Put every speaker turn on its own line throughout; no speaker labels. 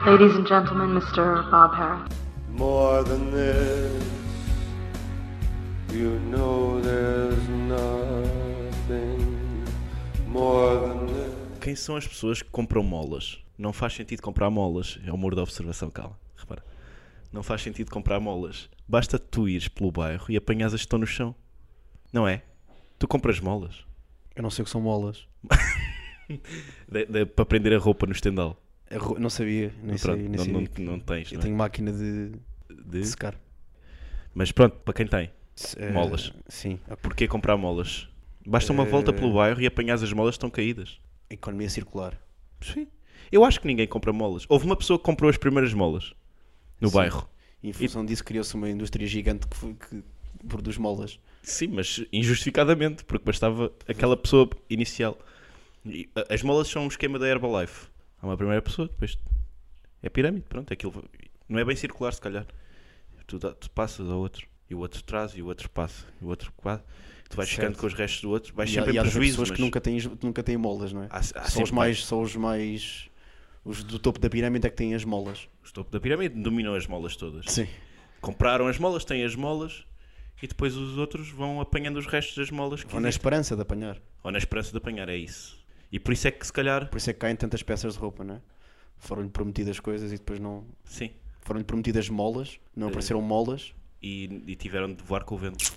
Ladies and gentlemen, Mr. Bob Harris.
More than this, you know there's nothing more than this.
Quem são as pessoas que compram molas? Não faz sentido comprar molas. É o muro da observação, cala. Repara. Não faz sentido comprar molas. Basta tu ires pelo bairro e apanhas as que estão no chão. Não é? Tu compras molas.
Eu não sei o que são molas.
De- de- para prender a roupa no estendal.
É ro- Não sabia, nem
Pronto,
sei. Nem
não,
sabia.
não- não tens,
Eu
não é?
tenho máquina de, de
De-
secar.
Mas pronto, para quem tem.
Se- eh,
Molas.
Sim.
Porquê comprar molas? Basta uma volta pelo bairro e apanhas as molas que estão caídas.
A economia circular.
Sim. Eu acho que ninguém compra molas. Houve uma pessoa que comprou as primeiras molas no
Sim.
bairro.
E em função disso criou-se uma indústria gigante que, foi- que produz molas.
Sim, mas injustificadamente, porque bastava aquela pessoa inicial. E, a- As molas são um esquema da Herbalife. Há uma primeira pessoa, depois é pirâmide, pronto, aquilo vai- não é bem circular se calhar. Tu, dá- tu passas ao outro, e o outro traz, e o outro passa, e o outro quase. Tu vais ficando
Certo.
com os restos do outro, vais
E há-
sempre
e
em
há
prejuízo.
pessoas
mas...
que nunca têm, es- nunca têm molas, não é?
Há- há
são, os
sempre-
mais, são os mais. Os do topo da pirâmide é que têm as molas.
Os topo da pirâmide dominam as molas todas.
Sim.
Compraram as molas, têm as molas, e depois os outros vão apanhando os restos das molas que
Ou na
existem.
esperança de apanhar.
Ou na esperança de apanhar, é isso. E por isso é que se calhar.
Por isso é que caem tantas peças de roupa, não é? Foram-lhe prometidas coisas e depois não.
Sim.
Foram-lhe prometidas molas, não apareceram molas.
e, e tiveram de voar com o vento.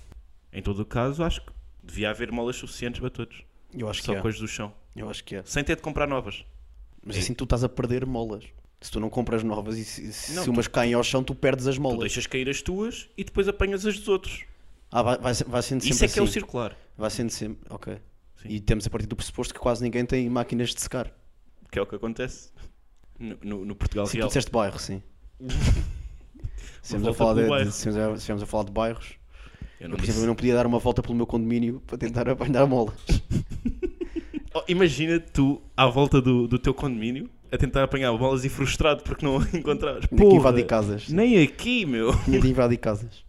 Em todo o caso, acho que devia haver molas suficientes para todos.
Eu acho
Só
que é.
coisas do chão.
Eu acho que é.
Sem ter de comprar novas.
Mas assim tu estás a perder molas. Se tu não compras novas e se, se
Não, tu-
umas caem ao chão, tu perdes as
Tu
molas.
deixas cair as tuas e depois apanhas as dos outros.
Ah, vai, vai, se- vai sendo sempre
Isso é que
assim.
é o circular.
Vai sendo sempre, ok.
Sim.
E temos a partir do pressuposto que quase ninguém tem máquinas de secar.
Que é o que acontece no, no- no Portugal
Sim, tu
real.
disseste bairro, sim. Estivemos a,
volta
falar de,
pelo
de-
bairro.
se vamos a- se vamos a falar de bairros.
Eu
Eu,
não
por exemplo,
disse.
não podia dar uma volta pelo meu condomínio para tentar apanhar molas.
Oh, imagina tu à volta do, do teu condomínio a tentar apanhar bolas e frustrado porque não a encontrares.
Tinha que
Porra,
invadir casas.
Nem aqui, meu.
Tinha de invadir casas.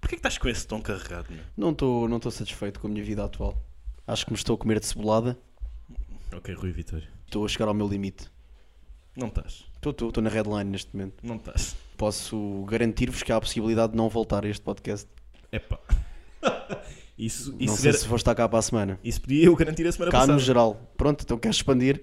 Porquê é que estás com esse tom carregado, meu?
Não estou não estou satisfeito com a minha vida atual. Acho que me estou a comer de cebolada.
Ok, Rui Vitória.
Estou a chegar ao meu limite.
Não estás.
Estou- Estou estou na redline neste momento.
Não estás.
Posso garantir-vos que há a possibilidade de não voltar a este podcast.
Epá. Isso,
não
isso,
sei
era-
se vou estar cá para a semana.
isso podia eu garantir a semana
Cá no
passada.
geral. Pronto, então queres expandir?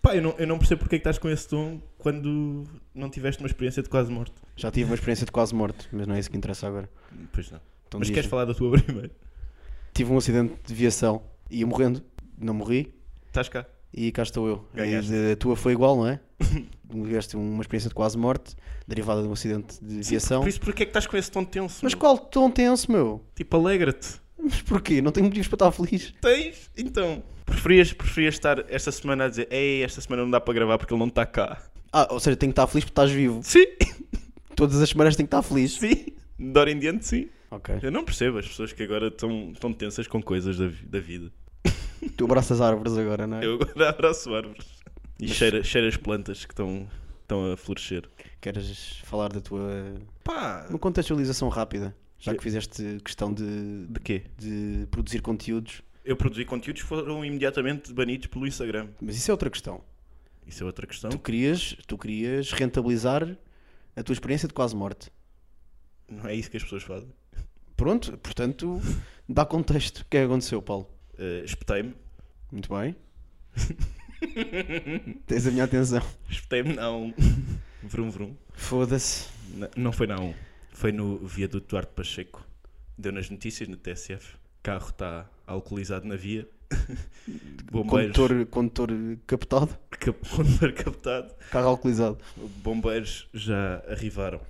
Pá, eu não, eu não percebo porque é que estás com esse tom quando não tiveste uma experiência de quase morte.
Já tive uma experiência de quase morte, mas não é isso que interessa agora.
Pois não.
Então
Mas
diz-me.
queres falar da tua primeiro?
Tive um acidente de viação. Ia morrendo. Não morri.
Estás cá.
E cá estou eu.
Ganhaste.
E A tua foi igual, não é? Tiveste uma experiência de quase morte, derivada de um acidente de viação.
Por isso, porque é que estás com esse tom tenso?
Mas
meu?
qual tom tenso, meu?
Tipo, alegra-te.
Mas porquê? Não tenho motivos para estar feliz.
Tens? Então. Preferias, preferias estar esta semana a dizer Ei, esta semana não dá para gravar porque ele não está cá.
Ah, ou seja, tenho que estar feliz porque estás vivo.
Sim,
Todas as semanas tenho que estar feliz.
sim. De hora em diante, sim.
Ok.
Eu não percebo as pessoas que agora estão, estão tensas com coisas da, vi- da vida.
Tu abraças árvores agora, não é?
Eu agora abraço árvores. E cheira, cheira as plantas que estão, estão a florescer.
Queres falar da tua.
Pá!
Uma contextualização rápida, já que fizeste questão de,
De quê?
de produzir conteúdos.
Eu produzi conteúdos que foram imediatamente banidos pelo Instagram.
Mas isso é outra questão.
Isso é outra questão.
Tu querias, tu querias rentabilizar a tua experiência de quase morte.
Não é isso que as pessoas fazem.
Pronto, portanto, dá contexto. O que é que aconteceu, Paulo?
Eh, espetei-me.
Muito bem. Tens a minha atenção.
Espetei-me na 1. Vrum, vrum.
Foda-se.
Na- não foi na 1. Foi no viaduto Duarte Pacheco. Deu nas notícias, no TSF. Carro está alcoolizado na via. Bombeiros.
Condutor, condutor captado,
cap- Condutor captado.
carro alcoolizado.
Bombeiros já arrivaram.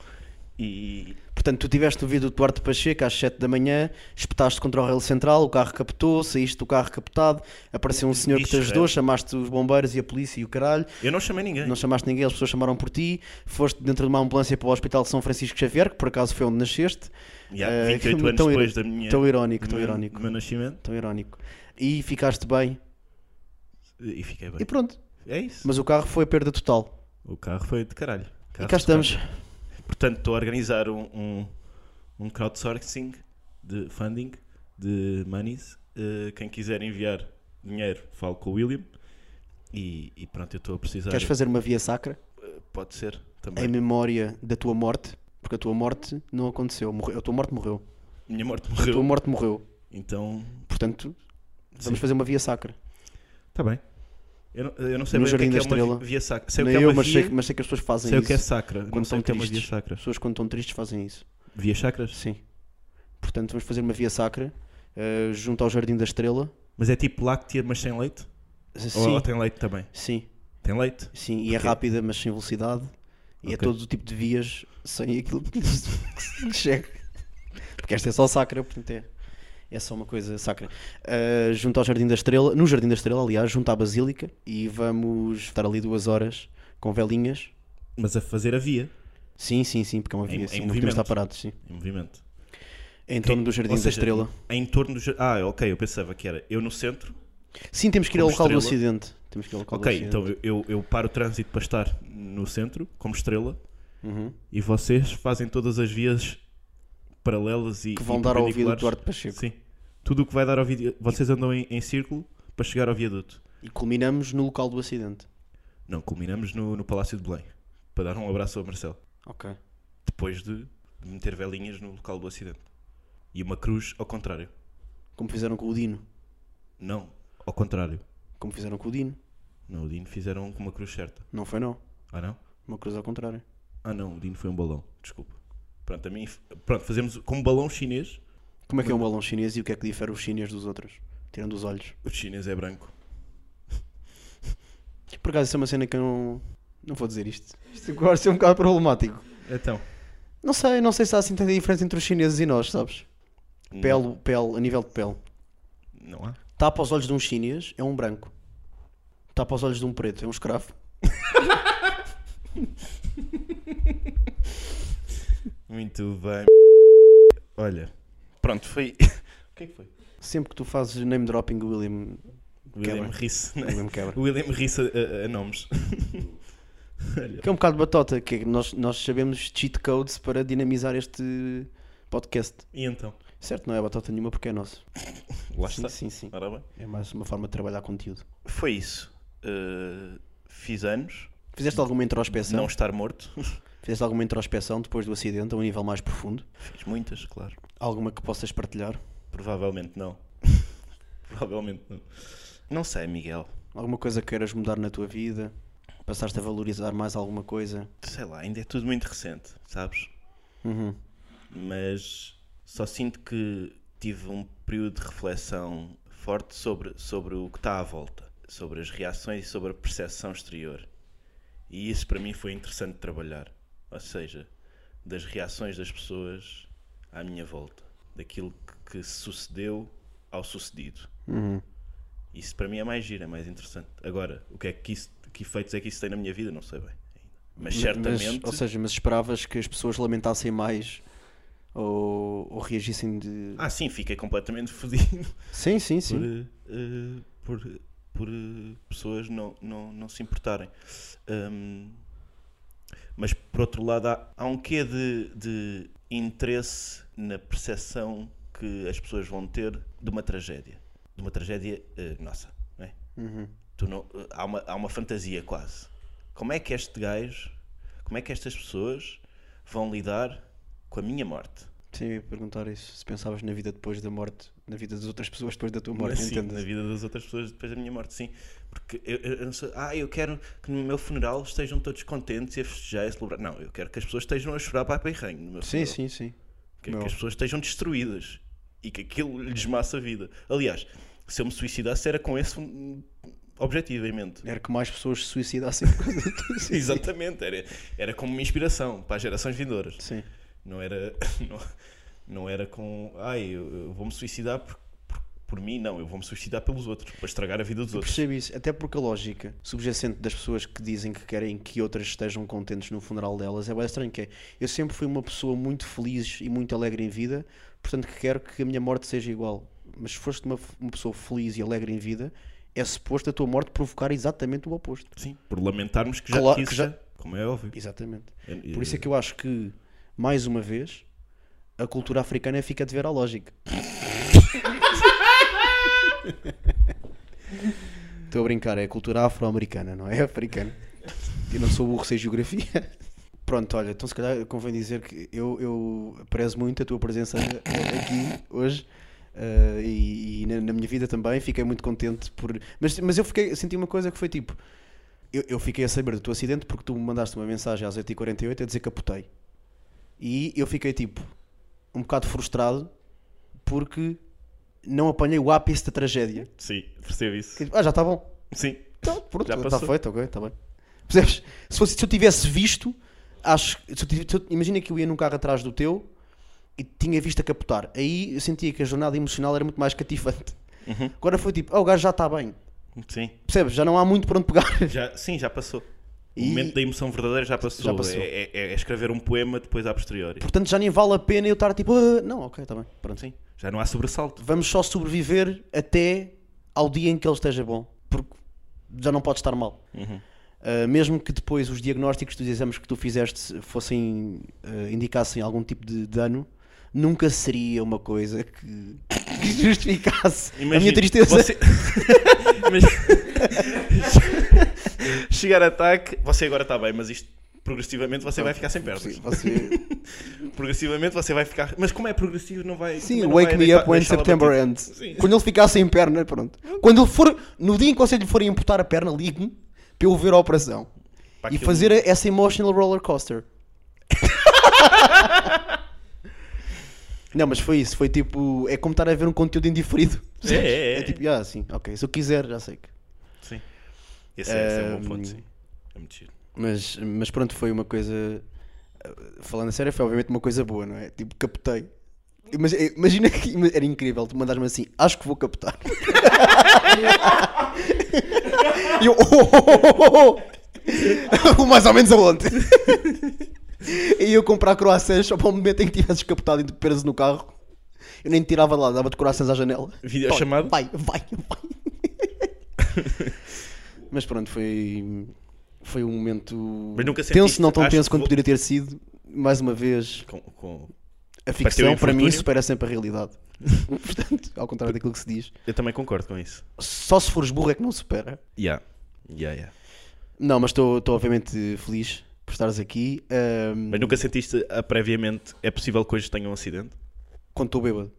E
Portanto, tu tiveste o vídeo do Duarte Pacheco às 7 da manhã, espetaste contra o rail central, o carro captou, saíste do carro captado, apareceu um senhor que te
Isso,
ajudou,
é.
chamaste os bombeiros e a polícia e o caralho,
eu não chamei ninguém.
não chamaste ninguém, as pessoas chamaram por ti, foste dentro de uma ambulância para o Hospital de São Francisco Xavier, que por acaso foi onde nasceste.
Já,
Eh,
28 anos
tão ir-
depois da minha,
Tão irónico,
do
tão
meu-
irónico,
do meu nascimento.
tão irónico. E ficaste bem,
E fiquei bem.
e pronto.
É isso.
Mas o carro foi perda total.
O carro foi de caralho.
E
Carro
cá
de caralho.
estamos.
Portanto, estou a organizar um, um, um crowdsourcing de funding de monies. Eh, quem quiser enviar dinheiro, falo com o William. E, e pronto, eu estou a precisar.
Queres fazer É uma via sacra
Pode ser também.
em memória da tua morte? Porque a tua morte não aconteceu. Morreu. A tua morte morreu.
Minha morte
A tua
morreu.
morte morreu.
Então,
Portanto, vamos
Sim.
fazer uma via sacra.
está bem. Eu não, eu não sei
No
bem o que é, que é
Jardim da
uma
Estrela.
vi- via sacra. Sei o
Nem
que é
eu,
uma
mas,
via,
sei, mas sei que as pessoas fazem
sei o
isso.
que é sacra.
Quando
Não sei
estão
o que é uma via
tristes.
sacra.
As pessoas quando estão tristes fazem isso.
Vias sacras?
Sim. Portanto, vamos fazer uma via sacra eh, junto ao Jardim da Estrela.
Mas é tipo láctea, mas sem leite? Ou
Sim,
ela tem leite também?
sim,
Tem leite?
sim. E é
Porquê?
rápida, mas sem velocidade. E é
Ok.
todo o tipo de vias sem aquilo que lhes que lhes chega. Porque esta é só sacra, portanto é, é só uma coisa sacra. Eh, junto ao Jardim da Estrela, no Jardim da Estrela, aliás, junto à Basílica. E vamos estar ali duas horas com velinhas.
Mas a fazer a via,
Sim, sim, sim, porque é uma via,
em
assim, não podemos
movimento.
estar parados, sim. É
em movimento.
Em torno do Jardim
Ou
da
seja,
Estrela.
Em torno do. jar- Ah, ok, eu pensava que era eu no centro.
Sim, temos que ir ao
como
local do
estrela.
acidente. Temos que ir ao local do
Ok,
acidente.
então eu- eu, eu paro o trânsito para estar no centro, como estrela,
Uhum.
e vocês fazem todas as vias paralelas e.
que vão
e
dar ao ouvido do
perpendiculares.
Duarte Pacheco.
Sim. Tudo o que vai dar ao viaduto. Vocês andam em, em círculo para chegar ao viaduto.
E culminamos no local do acidente.
Não, culminamos no, no Palácio de Belém. Para dar um abraço ao Marcelo.
Ok.
Depois de meter velinhas no local do acidente. E uma cruz ao contrário.
Como fizeram com o Dino.
Não, ao contrário.
Como fizeram com o Dino.
Não, o Dino fizeram com uma cruz certa.
Não foi não.
Ah não?
Uma coisa ao contrário.
Ah não, o Dino foi um balão. Desculpa. Pronto, a mim, pronto fazemos como balão chinês.
Como é que é um
Uhum.
balão chinês e o que é que difere os chineses dos outros? Tirando os olhos.
O chinês é branco.
Por acaso, isso é uma cena que eu não... Não vou dizer isto. Isto agora é um bocado problemático.
Então.
Não sei, não sei se há assim tanta diferença entre os chineses e nós, sabes?
Uhum.
Pele, pele, a nível de pele.
Não, não há?
Tapa aos olhos de um chinês é um branco. Tapa aos olhos de um preto é um escravo.
Muito bem. Olha. Pronto, foi. o que é que foi?
Sempre que tu fazes name dropping, o William,
William
Quebra.
Risse, né?
William quebra.
William Risse a, a- a nomes.
Que é um bocado batota, que é que nós, nós sabemos cheat codes para dinamizar este podcast.
E então?
Certo, não é batota nenhuma porque é nosso.
Lá
sim,
está.
sim, sim.
Ora bem.
É mais uma forma de trabalhar conteúdo.
Foi isso. Uh, fiz anos.
Fizeste alguma introspeção?
Não estar morto.
Fizeste alguma introspeção depois do acidente a um nível mais profundo?
fiz muitas, claro.
Alguma que possas partilhar?
Provavelmente não. Provavelmente não. Não sei, Miguel.
Alguma coisa que queiras mudar na tua vida? Passaste a valorizar mais alguma coisa?
Sei lá, ainda é tudo muito recente, sabes?
Uhum.
Mas só sinto que tive um período de reflexão forte sobre, sobre o que está à volta, sobre as reações e sobre a percepção exterior. E isso para mim foi interessante de trabalhar. Ou seja, das reações das pessoas à minha volta, daquilo que, que sucedeu ao sucedido.
Uhum.
Isso para mim é mais giro, é mais interessante. Agora, o que é que isso, que efeitos é que isso tem na minha vida, não sei bem. ainda. Mas certamente.
ou seja, mas esperavas que as pessoas lamentassem mais ou, ou reagissem de.
Ah, sim, fiquei completamente fodido.
Sim, sim, sim.
por, eh, por, por eh, pessoas não, não, não se importarem. Ahm, mas por outro lado, há, há um quê de, de interesse na percepção que as pessoas vão ter de uma tragédia. De uma tragédia eh, nossa, não é?
Uhum.
Tu não- eh, há, uma, há uma fantasia quase. Como é que este gajo, como é que estas pessoas vão lidar com a minha morte?
Sim, eu ia perguntar isso. Se pensavas na vida depois da morte, na vida das outras pessoas depois da tua morte,
Sim,
entendes?
na vida das outras pessoas depois da minha morte, sim. Porque eu, eu- eu não sou, ah, eu quero que no meu funeral estejam todos contentes e a festejar e a celebrar. Não, eu quero que as pessoas estejam a chorar para a no meu
Sim,
funeral.
sim, sim.
Que,
Meu.
que as pessoas estejam destruídas e que aquilo lhes massa a vida. Aliás, se eu me suicidasse era com esse hum, objetivo em mente.
Era que mais pessoas se suicidassem por causa do teu suicídio.
Exatamente, era, era como uma inspiração para as gerações vindouras.
Sim.
Não era, não, não era com, ai, eu, eu vou-me suicidar por, por, por mim, não, eu vou-me suicidar pelos outros, para estragar a vida dos
Eu
outros.
percebo isso, até porque a lógica subjacente das pessoas que dizem que querem que outras estejam contentes no funeral delas é bem estranho, que é, eu sempre fui uma pessoa muito feliz e muito alegre em vida, portanto que quero que a minha morte seja igual. Mas se foste uma, uma pessoa feliz e alegre em vida, é suposto a tua morte provocar exatamente o oposto.
Sim, por lamentarmos que já
Claro,
te
que já-
já... como é óbvio.
Exatamente.
É-
Por isso é que eu acho que, mais uma vez, a cultura africana fica de ver à lógica. Estou a brincar, é cultura afro-americana, não é africana. Eu não sou burro, sei geografia. Pronto, olha, então se calhar convém dizer que eu, eu prezo muito a tua presença aqui hoje eh, e, e na, na minha vida também. Fiquei muito contente por. Mas, mas eu fiquei, senti uma coisa que foi tipo: eu, eu fiquei a saber do teu acidente porque tu me mandaste uma mensagem às 8h48 a dizer que capotei. E eu fiquei tipo um bocado frustrado porque não apanhei o ápice da tragédia.
Eh, Sim, percebo
Que,
isso.
tipo, Ah, já está bom.
Sim.
Então, pronto,
Já
está
passou.
feito, ok, está bem. Percebes? Se, fosse, se eu tivesse visto, acho que- se eu tive- se eu- imagina que eu ia num carro atrás do teu e tinha visto a capotar. Aí eu sentia que a jornada emocional era muito mais cativante. Agora foi tipo, ah, o gajo já está bem.
Sim.
Percebes? Já não há muito para onde pegar.
Já, sim, já passou. O
E-
momento da emoção verdadeira já passou.
Já passou.
É, é- é escrever um poema depois a posteriori.
Portanto, já nem vale a pena eu estar tipo, ah, não, ok, está bem. Pronto.
Sim. Já não há sobressalto.
Vamos só sobreviver até ao dia em que ele esteja bom. Porque já não pode estar mal.
Uhum.
Uh, mesmo que depois os diagnósticos dos exames que tu fizeste fossem uh, indicassem algum tipo de dano, nunca seria uma coisa que, que justificasse a minha
Imagina,
tristeza.
você- Imagina- Chegar a ataque, você agora está bem, mas isto progressivamente você vai ficar sem pernas.
Sim, você-
Progressivamente você vai ficar. Mas como é progressivo, não vai.
Sim,
também não
Wake
vai
Me
deitar-
Up When
deixá-la
September
batida.
Ends.
Sim.
Quando ele ficar sem perna, pronto. Quando ele for, no dia em que vocês lhe forem amputar a perna, ligue-me para eu ver a operação.
Para
e
aquilo-
fazer essa emotional roller coaster. Não, mas foi isso, foi tipo, é como estar a ver um conteúdo indiferido.
É, é, é.
tipo, ah, sim, ok, se eu quiser, já sei que.
Sim. Esse é, esse é um bom
Ahm,
ponto, sim. É muito giro.
Mas, mas pronto, foi uma coisa. Falando a sério, foi obviamente uma coisa boa, não é? Tipo, captei. Mas, eh, imagina que ima- era incrível, tu mandares-me assim, acho que vou captar. e eu, "Oh, oh, oh, oh, oh." mais ou menos aonde? e eu comprar croissants só para o momento em que tivesses captado e te preso no carro. Eu nem te tirava de lá, dava-te croissants à janela.
Videochamada?
Vai, vai, vai. Mas pronto, foi, foi um momento
Mas nunca
tenso,
sentiste,
não tão
acho
tenso
que
quanto
vou-
poderia ter sido. Mais uma vez,
Com, com-
a ficção para mim
infortúnio.
supera sempre a realidade. Portanto, ao contrário daquilo que se diz,
Eu também concordo com isso.
só se fores burro é que não supera.
Yeah. Yeah, yeah.
Não, mas estou estou obviamente feliz por estares aqui. ahm,
Mas nunca sentiste ah, previamente é possível que hoje tenha um acidente?
quando estou bêbado.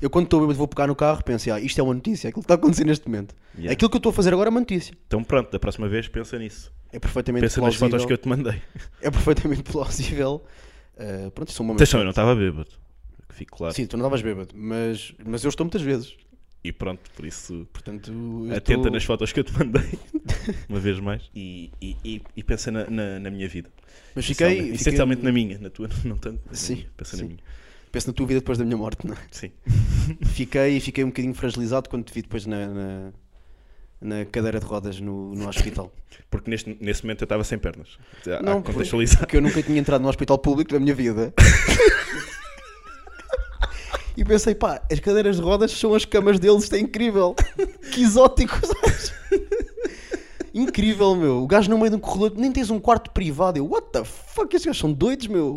Eu quando estou bêbado vou pegar no carro penso, ah, isto é uma notícia, aquilo que está acontecendo neste momento.
Yeah.
Aquilo que eu estou a fazer agora é uma notícia.
Então pronto, da próxima vez pensa nisso.
É perfeitamente
Pensa nas
plausível.
fotos que eu te mandei.
É perfeitamente plausível. Ah, pronto, isso é um momento.
Atenção, eu não estava bêbado. Que Fique claro.
Sim, tu não estavas bêbado, mas, mas eu estou muitas vezes.
E pronto, por isso
Portanto, eu
atenta
estou-
nas fotos que eu te mandei. Uma vez mais. E, e, e, e pensa na, na, na minha vida.
Mas fiquei.
Essencialmente,
fiquei-
né? essencialmente na minha, na tua não tanto. mas na
Sim,
minha. Pensa
sim.
na minha.
Penso na tua vida depois da minha morte, não é?
Sim.
Fiquei, fiquei um bocadinho fragilizado quando te vi depois na, na, na cadeira de rodas no, no hospital.
Porque neste, nesse momento eu estava sem pernas. Há- há
Não,
que
porque-
contextualizar.
Porque eu nunca tinha entrado num hospital público na minha vida. E pensei, pá, as cadeiras de rodas são as camas deles, isto é incrível. Que exóticos. incrível, meu. O gajo no meio de um corredor, nem tens um quarto privado. Eu, what the fuck, estes gajos são doidos, meu.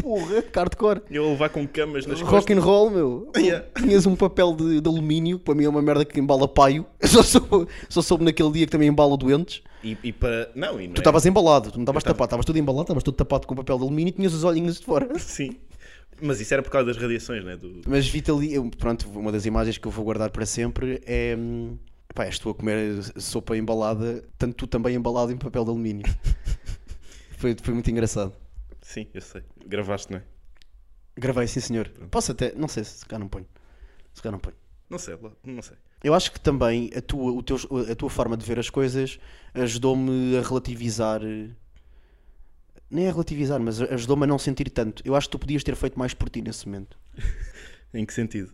Porra, hardcore.
Eu a levar com camas nas costas.
Rock and roll, meu.
Yeah.
Tinhas um papel de, de alumínio, que para mim é uma merda que embala paio. Eu só soube, só soube naquele dia que também embala doentes.
E, e para. Não, e não
Tu
é-
estavas embalado, tu não estavas
Eu tava-
tapado, estavas todo embalado, estavas todo tapado com papel de alumínio e tinhas os olhinhos de fora.
é- Sim. Mas isso era por causa das radiações, né? Do...
Mas vi-te ali, eu- pronto, uma das imagens que eu vou guardar para sempre é. hum, Pá, és tu a comer sopa embalada, tanto tu também embalado em papel de alumínio. foi, foi muito engraçado.
Sim, eu sei. Gravaste, não é?
Gravei, sim senhor. Posso até, não sei se cá não ponho. Se cá não ponho.
Não sei, lá- não sei.
Eu acho que também a tua, o teu- a tua forma de ver as coisas ajudou-me a relativizar. eh, Nem a relativizar, mas ajudou-me a não sentir tanto. Eu acho que tu podias ter feito mais por ti nesse momento.
Em que sentido?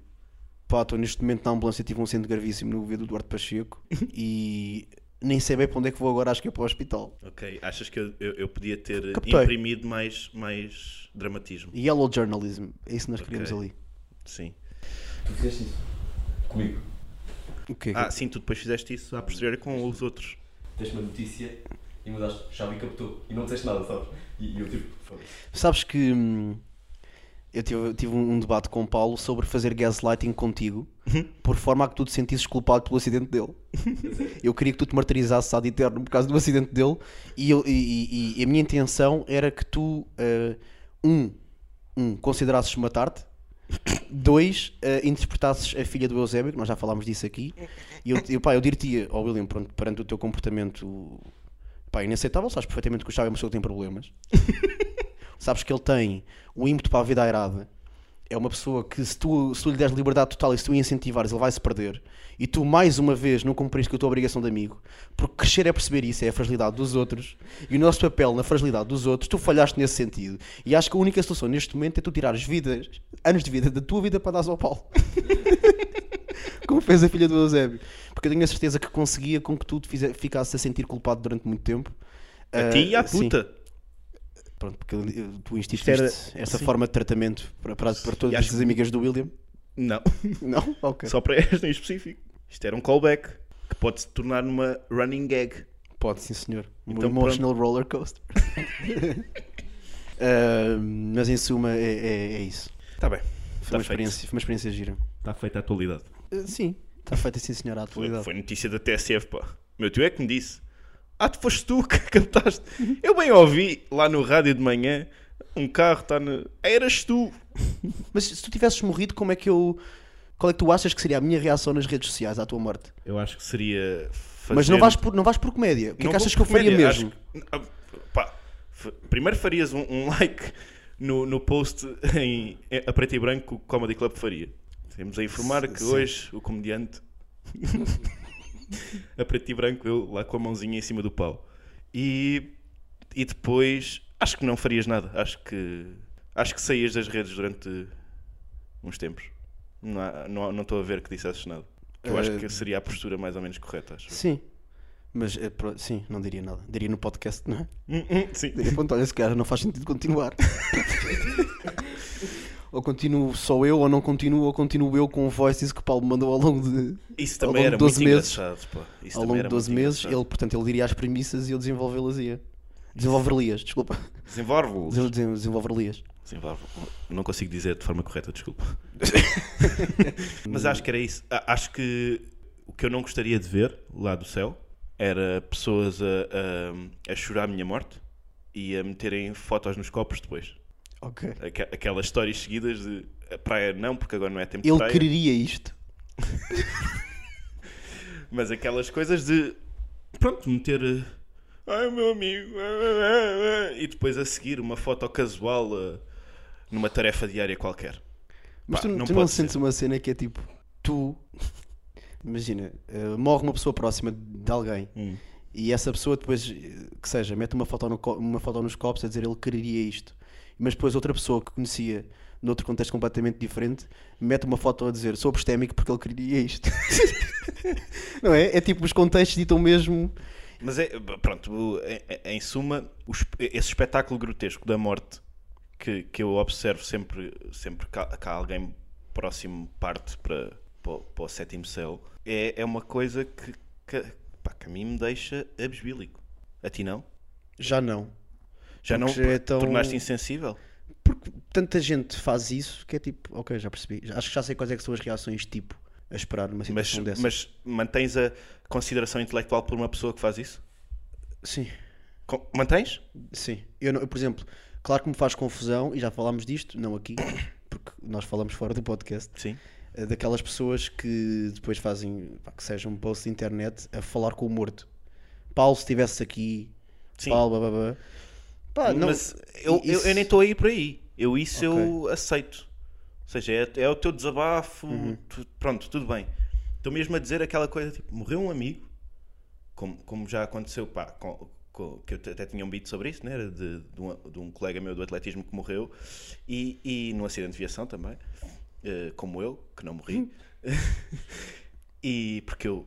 Pá, estou neste momento na ambulância, tive um centro gravíssimo no ouvido do Duarte Pacheco e nem sei bem para onde é que vou agora, acho que é para o hospital.
Ok, achas que eu, eu, eu podia ter
Captei.
imprimido mais, mais dramatismo?
Yellow journalism, é isso que nós queríamos ali.
Sim.
Comigo.
O quê?
Ah, sim, tu depois fizeste isso a posteriori com os outros.
Deste uma notícia e mudaste chave e captou. E não disseste nada, sabes? E, e eu tipo, foda-se.
Sabes que hum, Eu tive, eu tive um um debate com o Paulo sobre fazer gaslighting contigo, por forma a que tu te sentisses culpado pelo acidente dele. Eu queria que tu te martirizasses ad eterno por causa do acidente dele, e, eu- e- e- e a minha intenção era que tu, eh, um, um, considerasses matar-te, dois, eh, interpretasses a filha do Eusébio, que nós já falámos disso aqui, e eu, eu, pá, eu diria ao William, pronto, perante o teu comportamento pá, inaceitável, sabes perfeitamente que o Chave é uma pessoa que tem problemas sabes que ele tem o ímpeto para a vida airada. É uma pessoa que, se tu, se tu lhe deres liberdade total e se tu o incentivares, ele vai se perder. E tu, mais uma vez, não cumpriste com a tua obrigação de amigo. Porque crescer é perceber isso, é a fragilidade dos outros. E o nosso papel na fragilidade dos outros, tu falhaste nesse sentido. E acho que a única solução neste momento é tu tirares vidas, anos de vida da tua vida para dar ao Paulo. Como fez a filha do Eusébio. Porque eu tenho a certeza que conseguia com que tu te fize- ficasses a sentir culpado durante muito tempo.
A ti e à
Ah, sim.
puta.
Pronto, porque eu- tu
Isto era-
instituíste esta
sim.
forma de tratamento para, para, para todas
E acho
as amigas do William.
Não.
Não? Ok.
Só para esta em específico. Isto era um callback que pode se tornar numa running gag.
Pode, sim, senhor. Um
Então,
emotional roller coaster. Ah, mas em suma, é, é- é isso.
Está bem.
Foi uma,
Tá feito.
experiência, foi uma experiência gira.
Está feita a atualidade.
Ah, sim, está feita sim, senhor, à
Foi,
atualidade.
foi notícia da TSF, pá. Meu tio é que me disse. Ah, tu foste tu que cantaste. Eu bem ouvi lá no rádio de manhã. Um carro está no. Eras tu.
Mas se tu tivesses morrido, como é que eu. Qual é que tu achas que seria a minha reação nas redes sociais à tua morte?
Eu acho que seria. Fazer...
Mas não vais, por, não vais por comédia. O que
é.
é
Não
que achas que
vou
eu faria
comédia,
mesmo?
acho que- ah, pá, f- primeiro farias um, um like no, no post em, em- a preto e branco que o Comedy Club faria. Temos a informar que hoje o comediante a preto e branco eu lá com a mãozinha em cima do pau. E, e depois acho que não farias nada. Acho que acho que saías das redes durante uns tempos. Não há- não há- não estou a ver que dissesses nada. Eu acho
Eh,
que seria a postura mais ou menos correta. Acho.
Sim. Mas, eh, pro- sim, não diria nada. Diria no podcast, não é?
Hum, hum, sim.
E pronto, olha, esse cara não faz sentido continuar. ou continuo só eu, ou não continuo, ou continuo eu com voices que o Paulo mandou ao longo de,
Isso
Ao
também
longo
era
de 12
muito
meses.
engraçado, pá. Isso também
ao longo de
era
12
muito
meses.
engraçado.
Ele, portanto, ele diria as premissas e eu desenvolvê-las-ia. Desenvolver-lias, desculpa.
Desenvolve-los.
Desen- desen- Desenvolver-lias.
Desenvolve. Não consigo dizer de forma correta, desculpa. Mas acho que era isso. A- Acho que o que eu não gostaria de ver lá do céu era pessoas a, a, a chorar a minha morte e a meterem fotos nos copos depois.
Ok.
Aqu- Aquelas histórias seguidas de a praia não, porque agora não é tempo de
Ele
praia.
quereria isto.
Mas aquelas coisas de. Pronto, meter. eh, Ai meu amigo. ah, ah, ah", E depois a seguir uma foto casual eh, numa tarefa diária qualquer.
Mas
Pá,
tu tu
não
não,
pode
sentes
ser.
uma cena que é tipo, tu. Imagina, eh, morre uma pessoa próxima de alguém
Hum.
e essa pessoa depois, eh, que seja, mete uma foto, no co- uma foto nos copos a dizer ele quereria isto, mas depois outra pessoa que conhecia noutro contexto completamente diferente mete uma foto a dizer sou abstémico porque ele quereria isto. não é? É tipo, os contextos ditam mesmo.
Mas é. Pronto, o- em- em em suma, o esp- esse espetáculo grotesco da morte que, que eu observo sempre, sempre que há que há alguém próximo parte para, para, o- para o sétimo céu é, é uma coisa que, que, pá, que a mim me deixa abisbílico. A ti não?
Já não.
Já não
Porque já é tão-
tornaste insensível?
Porque tanta gente faz isso que é tipo, ok, já percebi. Já- Acho que já sei quais é que são as reações tipo a esperar numa
Mas,
situação dessa.
mas mantens a consideração intelectual por uma pessoa que faz isso?
Sim.
Com- Mantens?
Sim, eu, não- eu, por exemplo, claro que me faz confusão, e já falámos disto, não aqui, porque nós falamos fora do podcast,
Sim.
eh, daquelas pessoas que depois fazem, pá, que seja um post de internet, a falar com o morto. Paulo, se estivesse aqui,
Sim.
Paulo, blá, blá, blá. Pá, não,
Mas eu, eu-
isso-
eu nem estou aí por aí. Eu isso eu aceito. Ou seja, é, é o teu desabafo.
Uhum.
tu- pronto, tudo bem. Estou mesmo a dizer aquela coisa tipo: morreu um amigo, como, como já aconteceu, pá, com- com- que eu te- até tinha um beat sobre isso, né? Era de, de um, de um colega meu do atletismo que morreu e, e num acidente de viação também, eh, como eu, que não
Uhum.
morri. e porque eu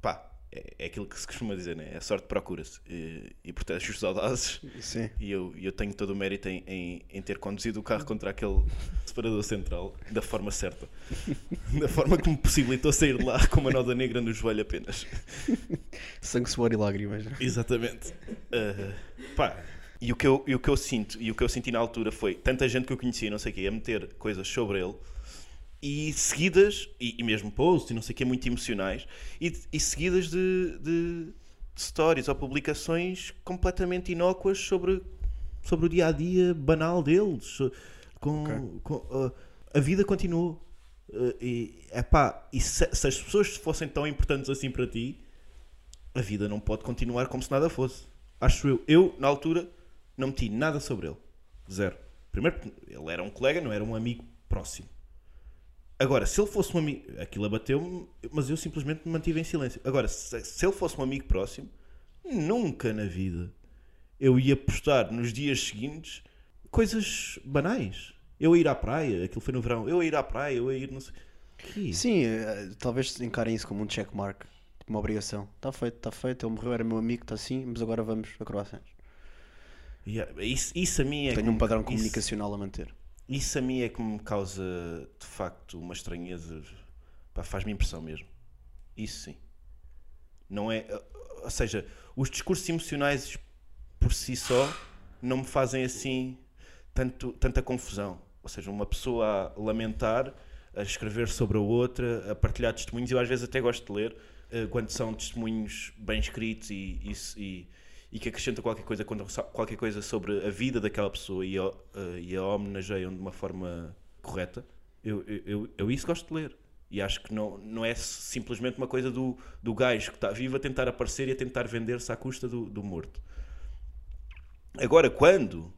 pá, é, é aquilo que se costuma dizer, né? A sorte procura-se. E, e protege os audazes.
Sim.
E eu, eu tenho todo o mérito em, em, em ter conduzido o carro contra aquele separador central da forma certa. da forma que me possibilitou sair de lá com uma noda negra no joelho apenas.
Sangue, suor e lágrimas.
Exatamente. Ah, Uh, pá, E o, que eu, e o que eu sinto, e o que eu senti na altura foi tanta gente que eu conhecia, e não sei o quê, a meter coisas sobre ele e seguidas, e, e mesmo posts e não sei o quê, muito emocionais, e, e seguidas de, de stories ou publicações completamente inócuas sobre, sobre o dia a dia banal deles. so- Com, com, ah, a vida continuou. Ah, e epá, e se, se as pessoas fossem tão importantes assim para ti, a vida não pode continuar como se nada fosse. Acho eu. Eu, na altura, não meti nada sobre ele. Zero. Primeiro, porque ele era um colega, não era um amigo próximo. Agora, se ele fosse um amigo. Aquilo abateu-me, mas eu simplesmente me mantive em silêncio. Agora, se, se ele fosse um amigo próximo, nunca na vida eu ia postar nos dias seguintes coisas banais. Eu a ir à praia, aquilo foi no verão. Eu a ir à praia, eu a ir não sei. Que?
Sim, eh, talvez encarem isso como um checkmark, tipo uma obrigação. Está feito, está feito, ele morreu, era meu amigo, está assim, mas agora vamos a Croácia.
Yeah, isso, isso a mim é.
Tenho
como-
um padrão
isso-
comunicacional a manter.
Isso a mim é que me causa de facto uma estranheza. Pá, faz-me impressão mesmo. Isso sim. Não é. Ou seja, os discursos emocionais por si só não me fazem assim tanto, tanta confusão. Ou seja, uma pessoa a lamentar, a escrever sobre a outra, a partilhar testemunhos. Eu às vezes até gosto de ler eh, quando são testemunhos bem escritos e, e, se- e, e que acrescentam qualquer coisa, quando sa- qualquer coisa sobre a vida daquela pessoa e a, eh, e a homenageiam de uma forma correta. Eu, eu, eu, eu isso gosto de ler. E acho que não, não é simplesmente uma coisa do, do gajo que está vivo a tentar aparecer e a tentar vender-se à custa do, do morto. Agora, quando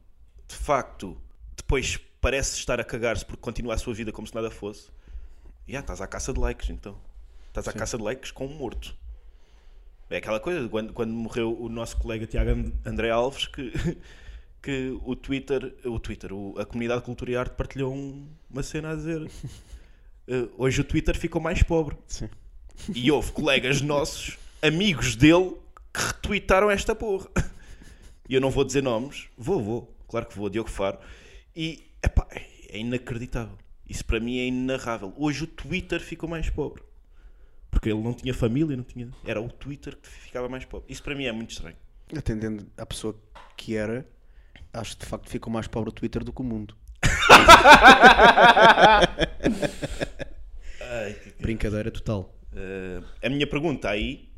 de facto depois parece estar a cagar-se porque continua a sua vida como se nada fosse, já estás à caça de likes então. Estás à caça de likes com um morto. É aquela coisa de quando, quando morreu o nosso colega Tiago And- André Alves que, que o Twitter, o Twitter o- a comunidade de cultura e arte partilhou um- uma cena a dizer "Eh, hoje o Twitter ficou mais pobre.
Sim.
E houve colegas nossos, amigos dele, que retweetaram esta porra. E eu não vou dizer nomes. Vou, vou. Claro que vou. Diogo Faro. E, epá, é inacreditável. Isso para mim é inarrável. Hoje o Twitter ficou mais pobre. Porque ele não tinha família, não tinha... Era o Twitter que ficava mais pobre. Isso para mim é muito estranho.
Atendendo à pessoa que era, acho que de facto ficou mais pobre o Twitter do que o mundo. Brincadeira total.
Eh, a minha pergunta aí,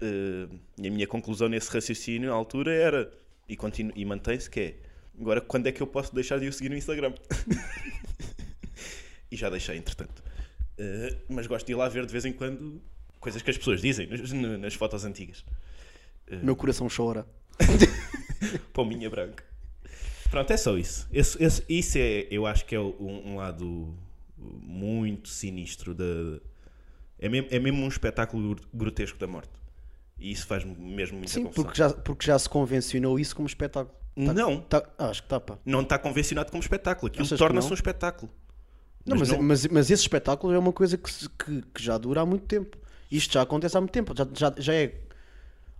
eh, e a minha conclusão nesse raciocínio à altura era, e, continuo- e mantém-se, que é, agora quando é que eu posso deixar de o seguir no Instagram? e já deixei, entretanto. Eh, mas gosto de ir lá ver de vez em quando coisas que as pessoas dizem nas, nas fotos antigas. É.
Meu coração chora.
Pombinha branca. Pronto, é só isso. Esse- esse- isso é, eu acho que é o- um, um lado muito sinistro da. É mesmo, é mesmo um espetáculo gr- grotesco da morte. E isso faz-me mesmo muita
Sim,
confusão.
porque já, porque já se convencionou isso como espetáculo. Tá-
Não,
tá- ah, acho que está, pá.
não está convencionado como espetáculo. Aquilo
Achas que
torna-se
não?
um espetáculo.
Não, mas,
Mas não-
mas- mas esse espetáculo é uma coisa que, se- que- que já dura há muito tempo. Isto já acontece há muito tempo. Já, já, já é.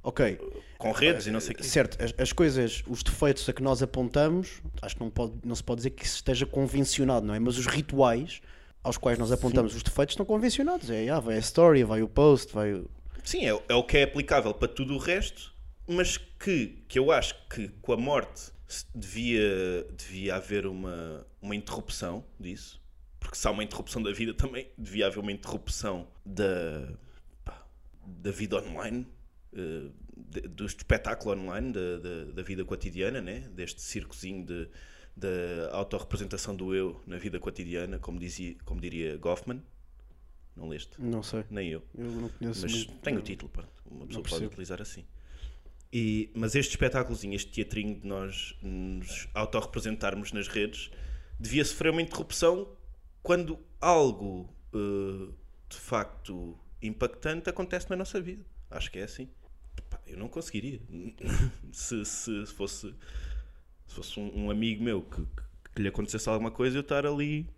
Ok,
Com redes e não sei é. o quê.
certo, as, as coisas, os defeitos a que nós apontamos, acho que não, pode- não se pode dizer que isso esteja convencionado, não é? Mas os rituais aos quais nós apontamos os defeitos estão convencionados. É, ah, vai a story, vai o post, vai o.
Sim, é, é o que é aplicável para tudo o resto, mas que, que eu acho que com a morte se devia, devia haver uma, uma interrupção disso, porque se há uma interrupção da vida também devia haver uma interrupção da, pá, da vida online, eh, de- do espetáculo online, da, da, da vida cotidiana, né? deste circozinho de, da autorrepresentação do eu na vida cotidiana, como, dizia, como diria Goffman. Não leste?
Não sei.
Nem eu
Eu não conheço.
mas
muito.
tem o título, pronto. Uma pessoa pode
percebo.
utilizar assim. E, mas este espetáculozinho, este teatrinho de nós nos autorrepresentarmos nas redes, devia sofrer uma interrupção quando algo eh, de facto impactante acontece na nossa vida. Acho que é assim. Pá, eu não conseguiria. se, se fosse, se fosse um, um amigo meu que, que- que lhe acontecesse alguma coisa, eu estar ali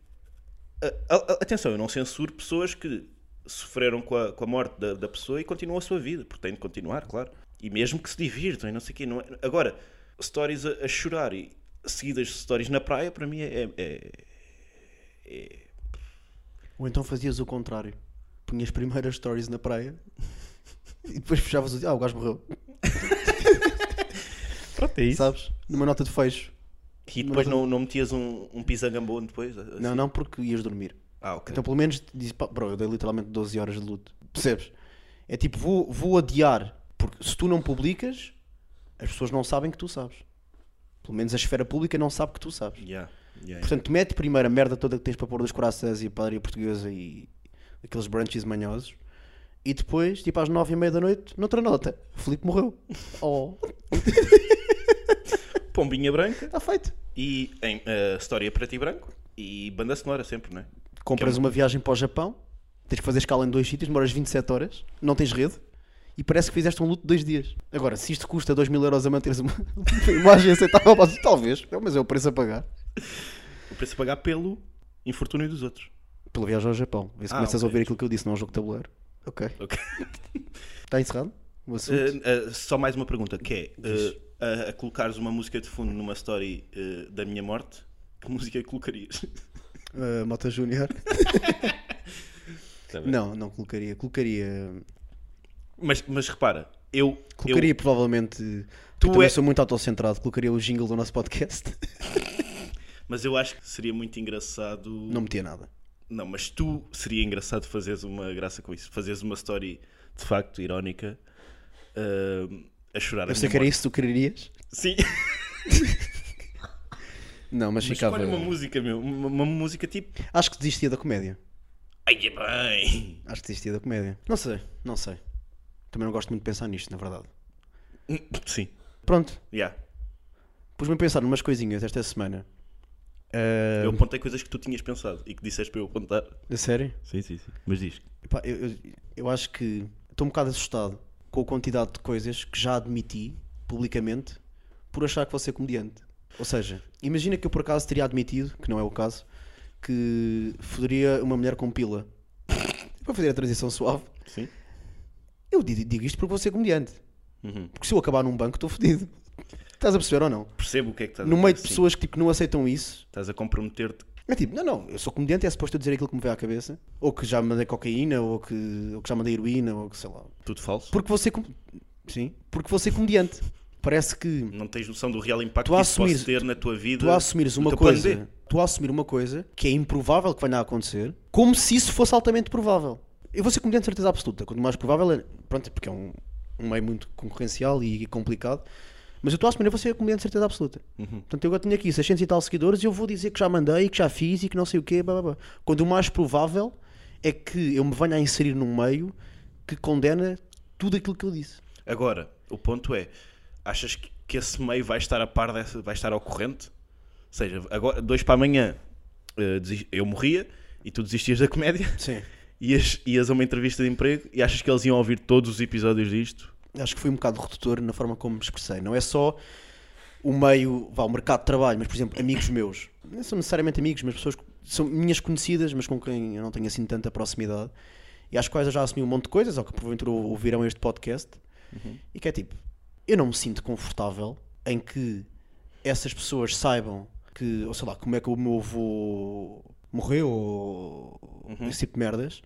a- a- atenção, eu não censuro pessoas que sofreram com a, com a morte da, da pessoa e continuam a sua vida, porque têm de continuar, claro. E mesmo que se divirtam e não sei o quê. Não é... Agora, stories a, a chorar e seguidas de stories na praia, para mim é, é-
Ou então fazias o contrário. Punhas primeiro as stories na praia e depois fechavas o. Ah, o gajo morreu.
Pronto, é isso.
sabes? Numa nota de fecho.
E depois não, não metias um, um pisangambone depois? Assim?
Não, não, porque ias dormir.
Ah, ok.
Então pelo menos disse, pá, bro, eu dei literalmente 12 horas de luto. Percebes? É tipo, vou, vou adiar, porque se tu não publicas, as pessoas não sabem que tu sabes. Pelo menos a esfera pública não sabe que tu sabes.
Yeah, yeah, yeah.
Portanto, mete primeiro a merda toda que tens para pôr dos corações e a padaria portuguesa e aqueles brunches manhosos. E depois, tipo às nove e meia da noite, noutra nota, Filipe morreu. Oh,
Pombinha branca
está Tá feito.
e em eh, história preto e branco e banda sonora sempre, não é?
Compras uma viagem para o Japão, tens que fazer escala em dois sítios, demoras 27 horas, não tens rede e parece que fizeste um luto de dois dias. Agora, se isto custa 2 mil euros a manteres uma, uma imagem aceitável, mas talvez, mas é o preço a pagar.
O preço a pagar pelo infortúnio dos outros.
Pela viagem ao Japão, vê se
Ah,
começas a
ok.
ouvir aquilo que eu disse, não é um jogo de tabuleiro. Ok.
Ok.
Está encerrado? O assunto?
Eh, eh, só mais uma pergunta, que é eh, a, a colocares uma música de fundo numa story eh, da minha morte, que música colocarias?
Uh, Mota Júnior.
Tá bem.
não, não colocaria. Colocaria.
mas, mas repara, eu, eu
Colocaria provavelmente.
Tu
Tu também
é-
sou muito autocentrado. Colocaria o jingle do nosso podcast.
mas eu acho que seria muito engraçado.
não metia nada.
Não, mas tu seria engraçado fazeres uma graça com isso, fazeres uma story de facto irónica eh, a chorar a
Eu sei
minha
que era
morte.
isso que tu querias.
Sim.
Não, mas,
Mas
ficava.
escolhe uma música, meu. Uma, uma música tipo.
Acho que desistia da comédia.
Ai, é bem!
Acho que desistia da comédia. Não sei, não sei. Também não gosto muito de pensar nisto, na verdade.
Sim,
Pronto,
já.
pus-me a pensar numas coisinhas esta semana. Ah,
Eu apontei coisas que tu tinhas pensado e que disseste para eu apontar.
A sério?
Sim, sim, sim. Mas diz.
Epá, eu, eu- eu acho que estou um bocado assustado com a quantidade de coisas que já admiti publicamente por achar que vou ser comediante. Ou seja, imagina que eu por acaso teria admitido, que não é o caso, que foderia uma mulher com pila para fazer a transição suave.
Sim.
Eu di- digo isto porque vou ser comediante.
Uhum.
Porque se eu acabar num banco, estou fodido. Estás a perceber ou não?
Percebo o que é que estás
No
a
meio de
dizer, sim.
pessoas que tipo, não aceitam isso,
Estás a comprometer-te.
é tipo, não, não, eu sou comediante, é suposto eu dizer aquilo que me veio à cabeça. Ou que já mandei cocaína, ou que, ou que já mandei heroína, ou que sei lá.
Tudo falso.
Porque você com... Sim, porque você é comediante. Parece que
Não tens noção do real impacto
Tu
que
a
isso pode
assumires-
ter na tua vida.
tu a assumires
no
uma
teu plano
coisa,
B.
tu a assumir uma coisa que é improvável que venha a acontecer, como se isso fosse altamente provável. Eu vou ser comediante de certeza absoluta, quanto mais provável é, pronto, porque é um, um meio muito concorrencial e complicado. Mas eu estou a assumir, eu vou ser comediante de certeza absoluta. Portanto, eu agora tenho aqui 600 e tal seguidores e eu vou dizer que já mandei, que já fiz e que não sei o quê, blá, blá, blá. Quando o mais provável é que eu me venha a inserir num meio que condena tudo aquilo que eu disse.
Agora, o ponto é: achas que, que esse meio vai estar a par dessa. vai estar ao corrente? Ou seja, agora, dois para amanhã eh, desi- eu morria e tu desistias da comédia?
Sim.
Ias, ias a uma entrevista de emprego e achas que eles iam ouvir todos os episódios disto?
acho que fui um bocado redutor na forma como me expressei. Não é só o meio, vá, o mercado de trabalho, mas por exemplo, amigos meus. Não são necessariamente amigos, mas pessoas que são minhas conhecidas, mas com quem eu não tenho assim tanta proximidade. E às quais eu já assumi um monte de coisas, ou que porventura ou- ouvirão este podcast.
Uhum.
E que é tipo, eu não me sinto confortável em que essas pessoas saibam que, ou sei lá, como é que o meu avô morreu, ou esse tipo de merdas,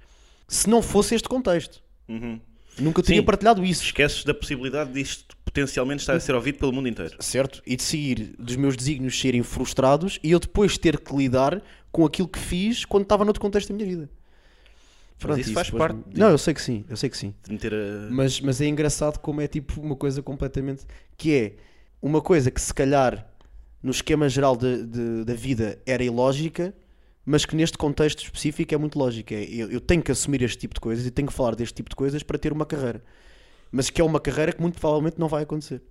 se não fosse este contexto.
Uhum.
Nunca teria
Sim.
partilhado isso.
Esqueces da possibilidade disto potencialmente estar a ser ouvido pelo mundo inteiro.
certo? E de seguir dos meus desígnios serem frustrados e eu depois ter que lidar com aquilo que fiz quando estava noutro contexto da minha vida. Pronto,
isso faz
depois-
parte de- Eh.
Não, eu sei que sim, eu sei que sim.
De meter a.
Mas, mas é engraçado como é tipo uma coisa completamente. que é uma coisa que se calhar no esquema geral de- de- da vida era ilógica, mas que neste contexto específico é muito lógica. É, eu, eu tenho que assumir este tipo de coisas e tenho que falar deste tipo de coisas para ter uma carreira. Mas que é uma carreira que muito provavelmente não vai acontecer.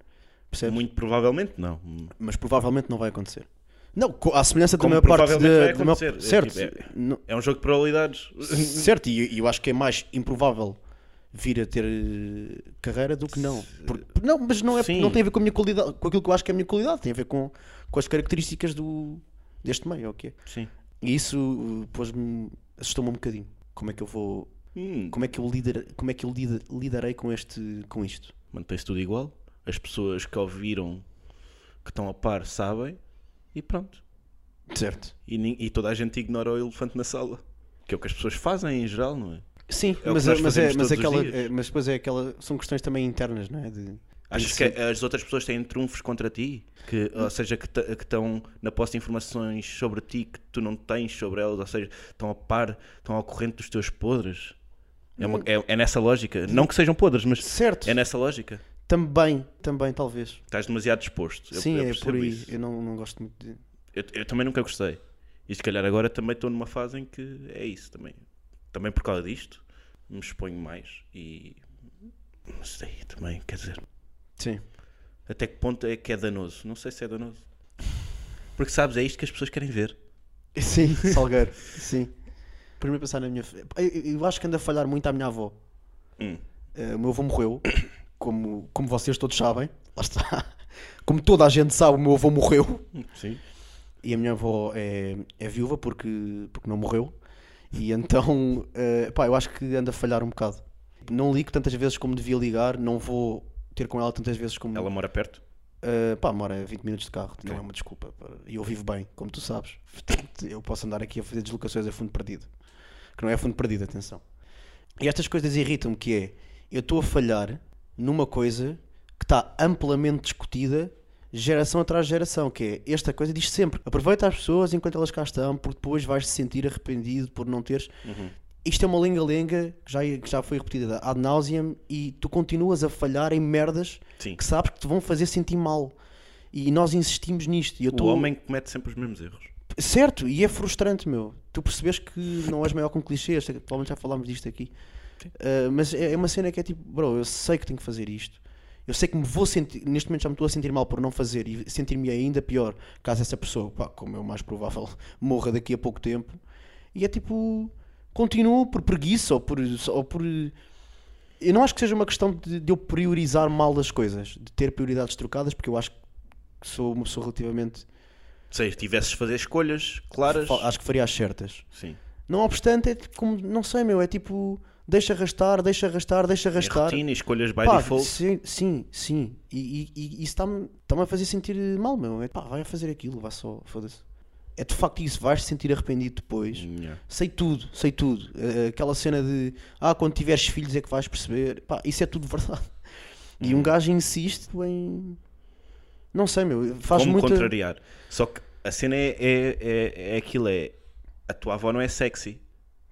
Percebes?
Muito provavelmente não.
mas provavelmente não vai acontecer. Não, co- à semelhança da
Como
maior parte
provavelmente
da,
vai
da maior-
acontecer. É
certo,
tipo, é-
não-
É um jogo de probabilidades.
certo, e e eu acho que é mais improvável vir a ter eh, carreira do que não. Por- por- não, mas não, é,
Sim.
não tem a ver com a minha qualidade, com aquilo que eu acho que é a minha qualidade, tem a ver com, com as características do, deste meio, ok?
Sim.
E isso eh, pôs-me assustou-me um bocadinho. Como é que eu vou,
Hum,
como é que eu lider, como é que eu lider- lidarei com este com isto?
Mantém-se tudo igual. As pessoas que ouviram, que estão a par, sabem. E pronto.
Certo.
E, nin- e toda a gente ignora o elefante na sala. Que é o que as pessoas fazem em geral, não é?
Sim,
É o que
mas,
nós
mas, é,
fazemos
mas,
todos os
aquela,
dias.
é, mas depois é aquela. São questões também internas, não é? De,
Achas que
Tem que
as outras pessoas têm trunfos contra ti? Que, ou seja, que ta- que estão na posse de informações sobre ti que tu não tens sobre elas, ou seja, estão a par, estão ao corrente dos teus podres? É, uma- é- é nessa lógica. Não que sejam podres, mas
Certo,
é nessa lógica.
também, também, talvez.
Estás demasiado exposto. Eu-
Sim,
eu
é
percebo
por aí.
isso.
Eu não, não gosto muito de.
Eu, eu também nunca gostei. E se calhar agora também estou numa fase em que é isso também. Também por causa disto, me exponho mais e. Não sei também, quer dizer.
Sim.
Até que ponto é que é danoso? Não sei se é danoso. Porque sabes, é isto que as pessoas querem ver.
Sim, Salgueiro. Sim. Primeiro pensar na minha. Eu, eu acho que anda a falhar muito à minha avó.
Hum.
Eh, o meu avô morreu, como, como vocês todos sabem. Lá está. Como toda a gente sabe, o meu avô morreu.
Sim.
E a minha avó é, é viúva porque, porque não morreu. E então, eh, pá, eu acho que anda a falhar um bocado. Não ligo tantas vezes como devia ligar, não vou ter com ela tantas vezes como.
Ela mora perto?
Uh, pá, mora 20 minutos de carro, não é uma desculpa. para- E eu vivo bem, como tu sabes. Portanto, eu posso andar aqui a fazer deslocações a fundo perdido. Que não é fundo perdido, atenção. E estas coisas irritam-me, que é, eu estou a falhar numa coisa que está amplamente discutida geração atrás de geração, que é esta coisa diz sempre, aproveita as pessoas enquanto elas cá estão, porque depois vais te sentir arrependido por não teres...
Uhum.
Isto é uma lenga-lenga que já, que já foi repetida ad nauseam e tu continuas a falhar em merdas
Sim.
que sabes que te vão fazer sentir mal. E nós insistimos nisto. E eu
O
tô-
homem comete sempre os mesmos erros.
Certo, e é frustrante, meu. Tu percebes que um não és maior com clichês, é provavelmente já falámos disto aqui. Ah, mas é é uma cena que é tipo, bro, eu sei que tenho que fazer isto. Eu sei que me vou sentir, neste momento já me estou a sentir mal por não fazer e sentir-me ainda pior caso essa pessoa, pá, como é o mais provável, morra daqui a pouco tempo. E é tipo, continuo por preguiça ou por, ou por. Eu não acho que seja uma questão de, de eu priorizar mal as coisas, de ter prioridades trocadas, porque eu acho que sou uma pessoa relativamente.
Se tivesses de fazer escolhas claras.
fa- Acho que faria as certas.
Sim.
Não obstante, é tipo como, não sei, meu, é tipo, deixa arrastar, deixa arrastar, deixa
É
arrastar.
rotina, escolhas by
Pá,
default.
sim, sim, sim. E, e- e isso está-me está a fazer sentir mal, meu. É, pá, vai a fazer aquilo, vai só, foda-se. É de facto isso, vais te sentir arrependido depois.
Yeah.
Sei tudo, sei tudo. Eh, Aquela cena de, ah, quando tiveres filhos é que vais perceber. Pá, isso é tudo verdade. E
Hum.
um gajo insiste em. Não sei, meu, faz
Como
muita.
contrariar. Só que a cena é, é, é, é aquilo: é a tua avó não é sexy.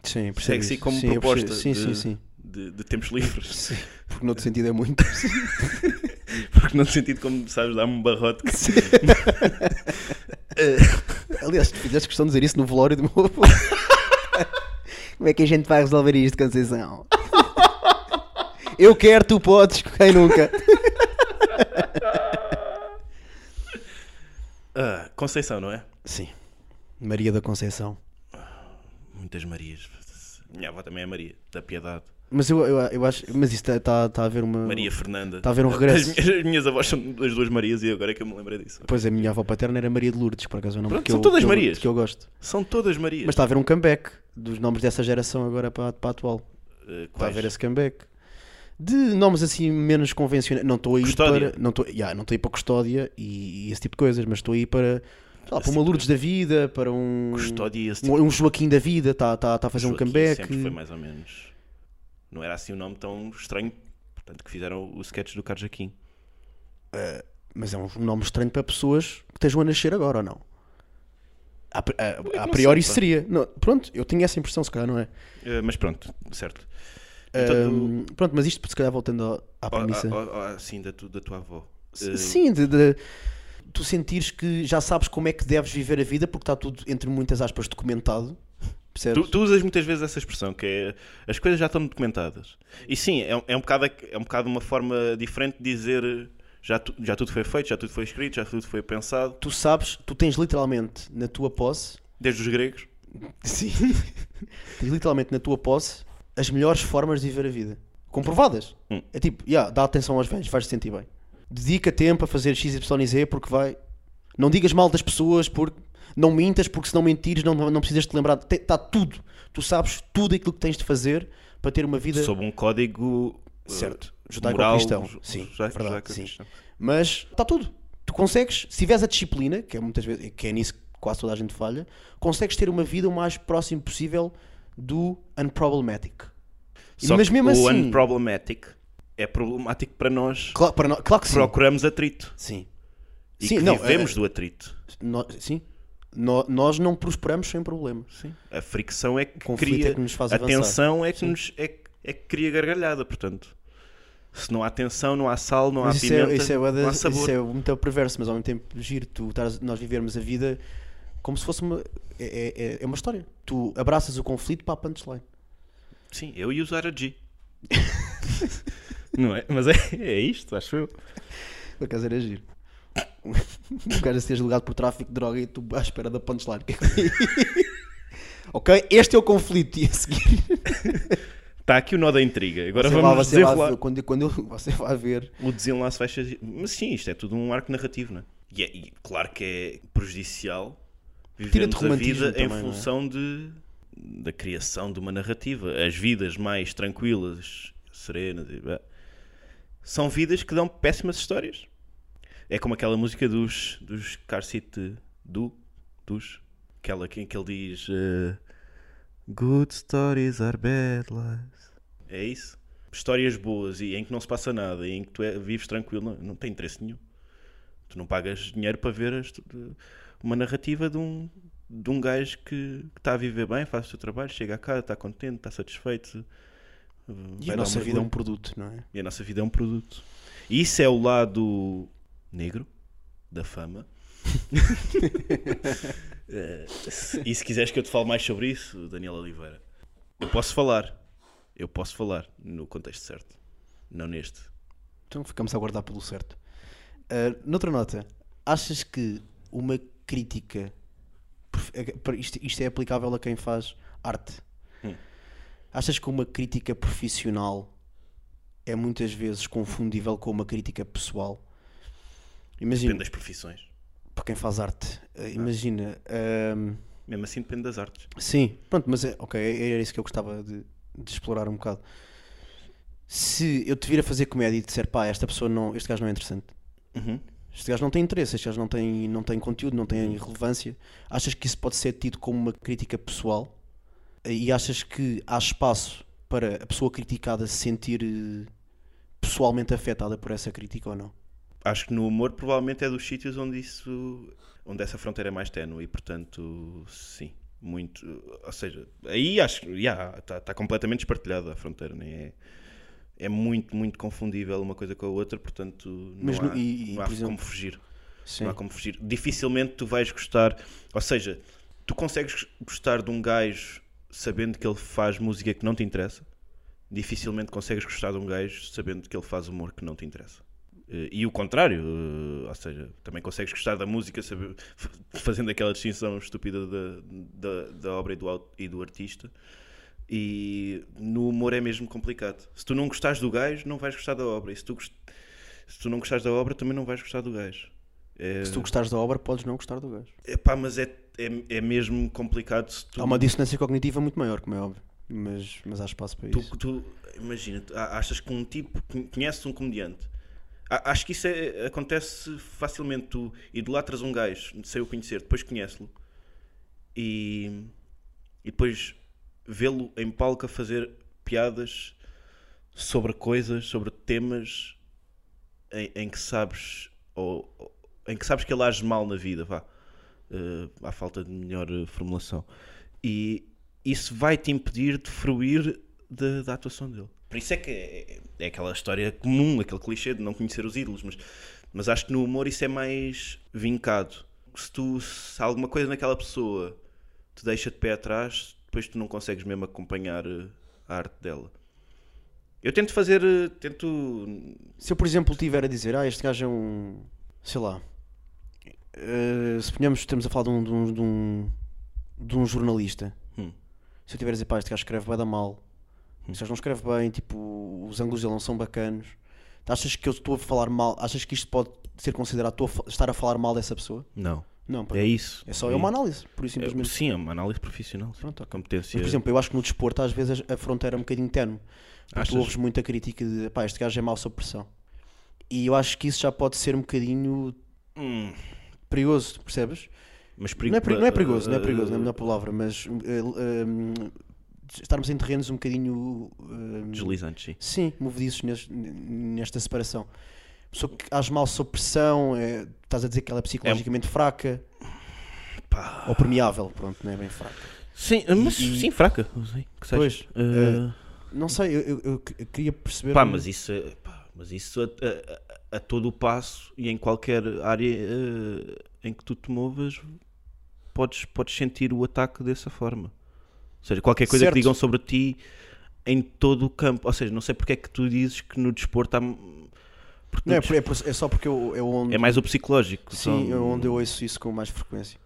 Sim, percebo
Sexy
isso.
como
Sim, eu
proposta
percebo. Sim,
de,
sim, sim.
De, de tempos livres.
Sim, porque noutro sentido é muito.
Porque no sentido como sabes, dá-me um barrote que
Aliás, tu fizeste questão de dizer isso no velório do meu avô. Como é que a gente vai resolver isto, Conceição? Eu quero, tu podes, quem nunca?
Ah, Conceição, não é?
Sim. Maria da Conceição.
Muitas Marias. Minha avó também é Maria, da Piedade.
Mas eu, eu, eu acho. Mas isto está tá a haver uma.
Maria Fernanda.
Está a haver um regresso.
As minhas, as minhas avós são as duas Marias e agora é que eu me lembrei disso.
Pois a minha avó paterna era Maria de Lourdes, por acaso é o nome
Pronto,
que
são
eu,
todas
que eu-
Marias.
que eu gosto.
São todas Marias.
Mas está a haver um comeback dos nomes dessa geração agora para, para a atual.
Eh,
Está tá- a assim
quais?
haver esse comeback. De nomes assim menos convencionais. Não estou aí
Custódia.
para. Não estou yeah, não estou aí para custódia e, e esse tipo de coisas, mas estou aí para. sei lá, para uma Lourdes da vida, para um.
tipo Custódia e esse
Um,
tipo
um Joaquim da vida, está tá, tá a fazer um
Joaquim
comeback.
Sempre foi mais ou menos. Não era assim um nome tão estranho. Portanto, que fizeram o sketch do Carlos Jaquim.
Mas é um nome estranho para pessoas que estejam a nascer agora ou não? A, pri- a- a
não
priori
sei, pá.
seria. Não, pronto, eu tinha essa impressão, se calhar, não é?
Eh, mas pronto, certo. Então,
Ahm, pronto, mas isto, se calhar, voltando ao- à
ó-
premissa.
ó- ó- assim, da, tu- da tua avó. Eh,
Sim, de, de- tu sentires que já sabes como é que deves viver a vida porque está tudo, entre muitas aspas, documentado. Percebes?
Tu, tu usas muitas vezes essa expressão, que é as coisas já estão documentadas. E sim, é, um- é, um, bocado, é um bocado uma forma diferente de dizer eh, já, tu- já tudo foi feito, já tudo foi escrito, já tudo foi pensado,
Tu sabes, tu tens literalmente na tua posse,
desde os gregos.
sim, tens literalmente na tua posse as melhores formas de viver a vida. Comprovadas.
Hum.
É tipo, yeah, dá atenção aos velhos, vais te sentir bem. Dedica tempo a fazer X, Y e Z porque vai. Não digas mal das pessoas, porque não mintas, porque se não mentires não, não precisas te lembrar. Está tudo. Tu sabes tudo aquilo que tens de fazer para ter uma vida.
Sob um código eh,
Certo.
moral,
Judaico-cristão.
ju-
Sim, é
judaico-
verdade, sim.
judaico-cristão.
Mas está tudo. Tu consegues, se tiveres a disciplina, que é muitas vezes, que é nisso que quase toda a gente falha, consegues ter uma vida o mais próximo possível do unproblematic.
Só
Mas
que
mesmo
o
assim-
unproblematic é problemático para nós
Claro, para nó- claro que
que
sim.
procuramos atrito
Sim.
e
Sim,
que
não,
vivemos
eh,
do atrito.
Nó- sim. Nó- nós não prosperamos sem problema. Sim.
A fricção é que
conflito
cria.
é que nos faz
a
avançar.
tensão é que, nos, é, que- é que cria gargalhada, portanto. Se não há tensão, não há sal, não há
Mas isso,
pimenta,
é, isso, é, bué de-
não há
isso
sabor.
é muito perverso, mas ao mesmo tempo giro tu estares- nós vivermos a vida como se fosse uma. É, é- é uma história. Tu abraças o conflito para a punchline.
Sim, eu ia usar a G. não é? Mas é, é isto, acho eu.
Por acaso era é giro. Um gajo a ser julgado por tráfico de droga e tu à espera da punchline. é ok? Este é o conflito. E a seguir.
Está aqui o nó da intriga. Agora
Você
vamos
vai- você vai
desenrolar.
ver- quando, quando eu- você vai ver.
O desenlace vai ser. Mas sim, isto é tudo um arco narrativo, não é? E, é, e claro que é prejudicial vivermos a
romantismo
vida em
também, não é?
função de, da criação de uma narrativa. As vidas mais tranquilas, serenas, e blá, são vidas que dão péssimas histórias. É como aquela música dos, dos Car City do, dos, aquela que- em que ele diz eh, Good stories are bad lies. É isso? Histórias boas e em que não se passa nada e em que tu é- vives tranquilo, não, não tem interesse nenhum. Tu não pagas dinheiro para ver as- uma narrativa de um, de um gajo que que está a viver bem, faz o seu trabalho, chega a casa, está contente, está satisfeito. eh,
E
vai
a
dar
nossa
um
vida é
mergulho.
um produto, não é?
E a nossa vida é um produto. E isso é o lado negro da fama. Eh, se- e se quiseres que eu te fale mais sobre isso, Daniel Oliveira, eu posso falar. Eu posso falar no contexto certo, não neste.
Então ficamos a aguardar pelo certo. Ah, noutra nota, achas que uma crítica. perfe- para- Isto, isto é aplicável a quem faz arte.
Hum.
Achas que uma crítica profissional é muitas vezes confundível com uma crítica pessoal?
Depende
Imagina,
das profissões.
para quem faz arte, ah, imagina. ahm,
Mesmo assim, depende das artes.
Sim, pronto, mas é, ok, era isso que eu gostava de, de explorar um bocado. Se eu te vir a fazer comédia e disser, pá, esta pessoa não, este gajo não é interessante,
Uhum.
este gajo não tem interesse, este gajo não tem, não tem conteúdo, não tem relevância, achas que isso pode ser tido como uma crítica pessoal? E achas que há espaço para a pessoa criticada se sentir eh, pessoalmente afetada por essa crítica ou não?
Acho que no humor provavelmente é dos sítios onde isso onde essa fronteira é mais ténue e portanto sim, muito ou seja, aí acho que está completamente despartilhada a fronteira nem é, é muito, muito confundível uma coisa com a outra, portanto não
Mas no-
há,
e- e,
não há
por exemplo-
como fugir
Sim.
não há como fugir. Dificilmente tu vais gostar, ou seja, tu consegues gostar de um gajo sabendo que ele faz música que não te interessa. Dificilmente consegues gostar de um gajo sabendo que ele faz humor que não te interessa. Eh, E o contrário, eh, ou seja, também consegues gostar da música sabe- f- fazendo aquela distinção estúpida da, da, da obra e do, au- e do artista. E no humor é mesmo complicado. Se tu não gostares do gajo, não vais gostar da obra. E se tu, gost- se tu não gostares da obra, também não vais gostar do gajo.
Se tu gostares da obra, podes não gostar do gajo.
Epá, mas é, é, é mesmo complicado se tu.
Há uma dissonância cognitiva muito maior, como é óbvio, mas, mas há espaço para isso.
tu, tu- imagina, tu- a- achas que um tipo con- conheces um comediante. A- Acho que isso é- acontece facilmente. Tu idolatras um gajo sem o conhecer, depois conhece-lo e, e depois vê-lo em palco a fazer piadas sobre coisas, sobre temas em, em que sabes ou, ou- em que sabes que ele age mal na vida, vá. Eh, à falta de melhor eh, formulação. E isso vai te impedir de fruir da, da atuação dele. Por isso é que é, é aquela história comum, aquele clichê de não conhecer os ídolos, mas, mas acho que no humor isso é mais vincado. Se tu se alguma coisa naquela pessoa te deixa de pé atrás, depois tu não consegues mesmo acompanhar eh, a arte dela. Eu tento fazer, eh, tento
Se eu, por exemplo, tiver a dizer, ah, este gajo é um. Sei lá. eh, se ponhamos, estamos a falar de um, de um, de um, de um jornalista.
Hum.
Se eu tiver a dizer, pá, este gajo escreve bem da mal. Este gajo não escreve bem, tipo, os ângulos dele não são bacanos. Achas que eu estou a falar mal? Achas que isto pode ser considerado estou a fa- estar a falar mal dessa pessoa?
Não.
Não, pá.
É isso.
É só é uma análise, por isso
É,
simplesmente.
sim, é uma análise profissional. sim.
Pronto, ok.
Competência.
Mas, por exemplo, eu acho que no desporto às vezes a fronteira é um bocadinho tenue. Porque
Achas?
tu ouves muita crítica de pá, este gajo é mau sob pressão. E eu acho que isso já pode ser um bocadinho
Hum,
perigoso, percebes?
mas
é
eh,
Não é, peri- não é perigoso, não é perigoso, não é a melhor palavra, mas hum, eh, hum, estarmos em terrenos um bocadinho eh,
Deslizantes, sim.
Sim, movediços nes- n- nesta separação. Pessoa que age mal sob pressão, é, estás a dizer que ela é psicologicamente fraca. Ou permeável, pronto, não é bem fraca.
Sim, mas
e-
sim, fraca. Sim, que seja.
Pois,
Eh,
Não sei, eu, eu- eu que- eu queria perceber.
Pá, mas isso, é- pá, mas isso a, a- a- a todo o passo e em qualquer área eh, em que tu te movas, podes, podes sentir o ataque dessa forma. Ou seja, qualquer coisa
Certo.
que digam sobre ti em todo o campo. Ou seja, não sei porque é que tu dizes que no desporto há. porque
Não, é,
no
por- é por- é só porque eu, eu
des-
onde,
é mais o psicológico. então,
sim,
só-
eu onde eu ouço isso com mais frequência.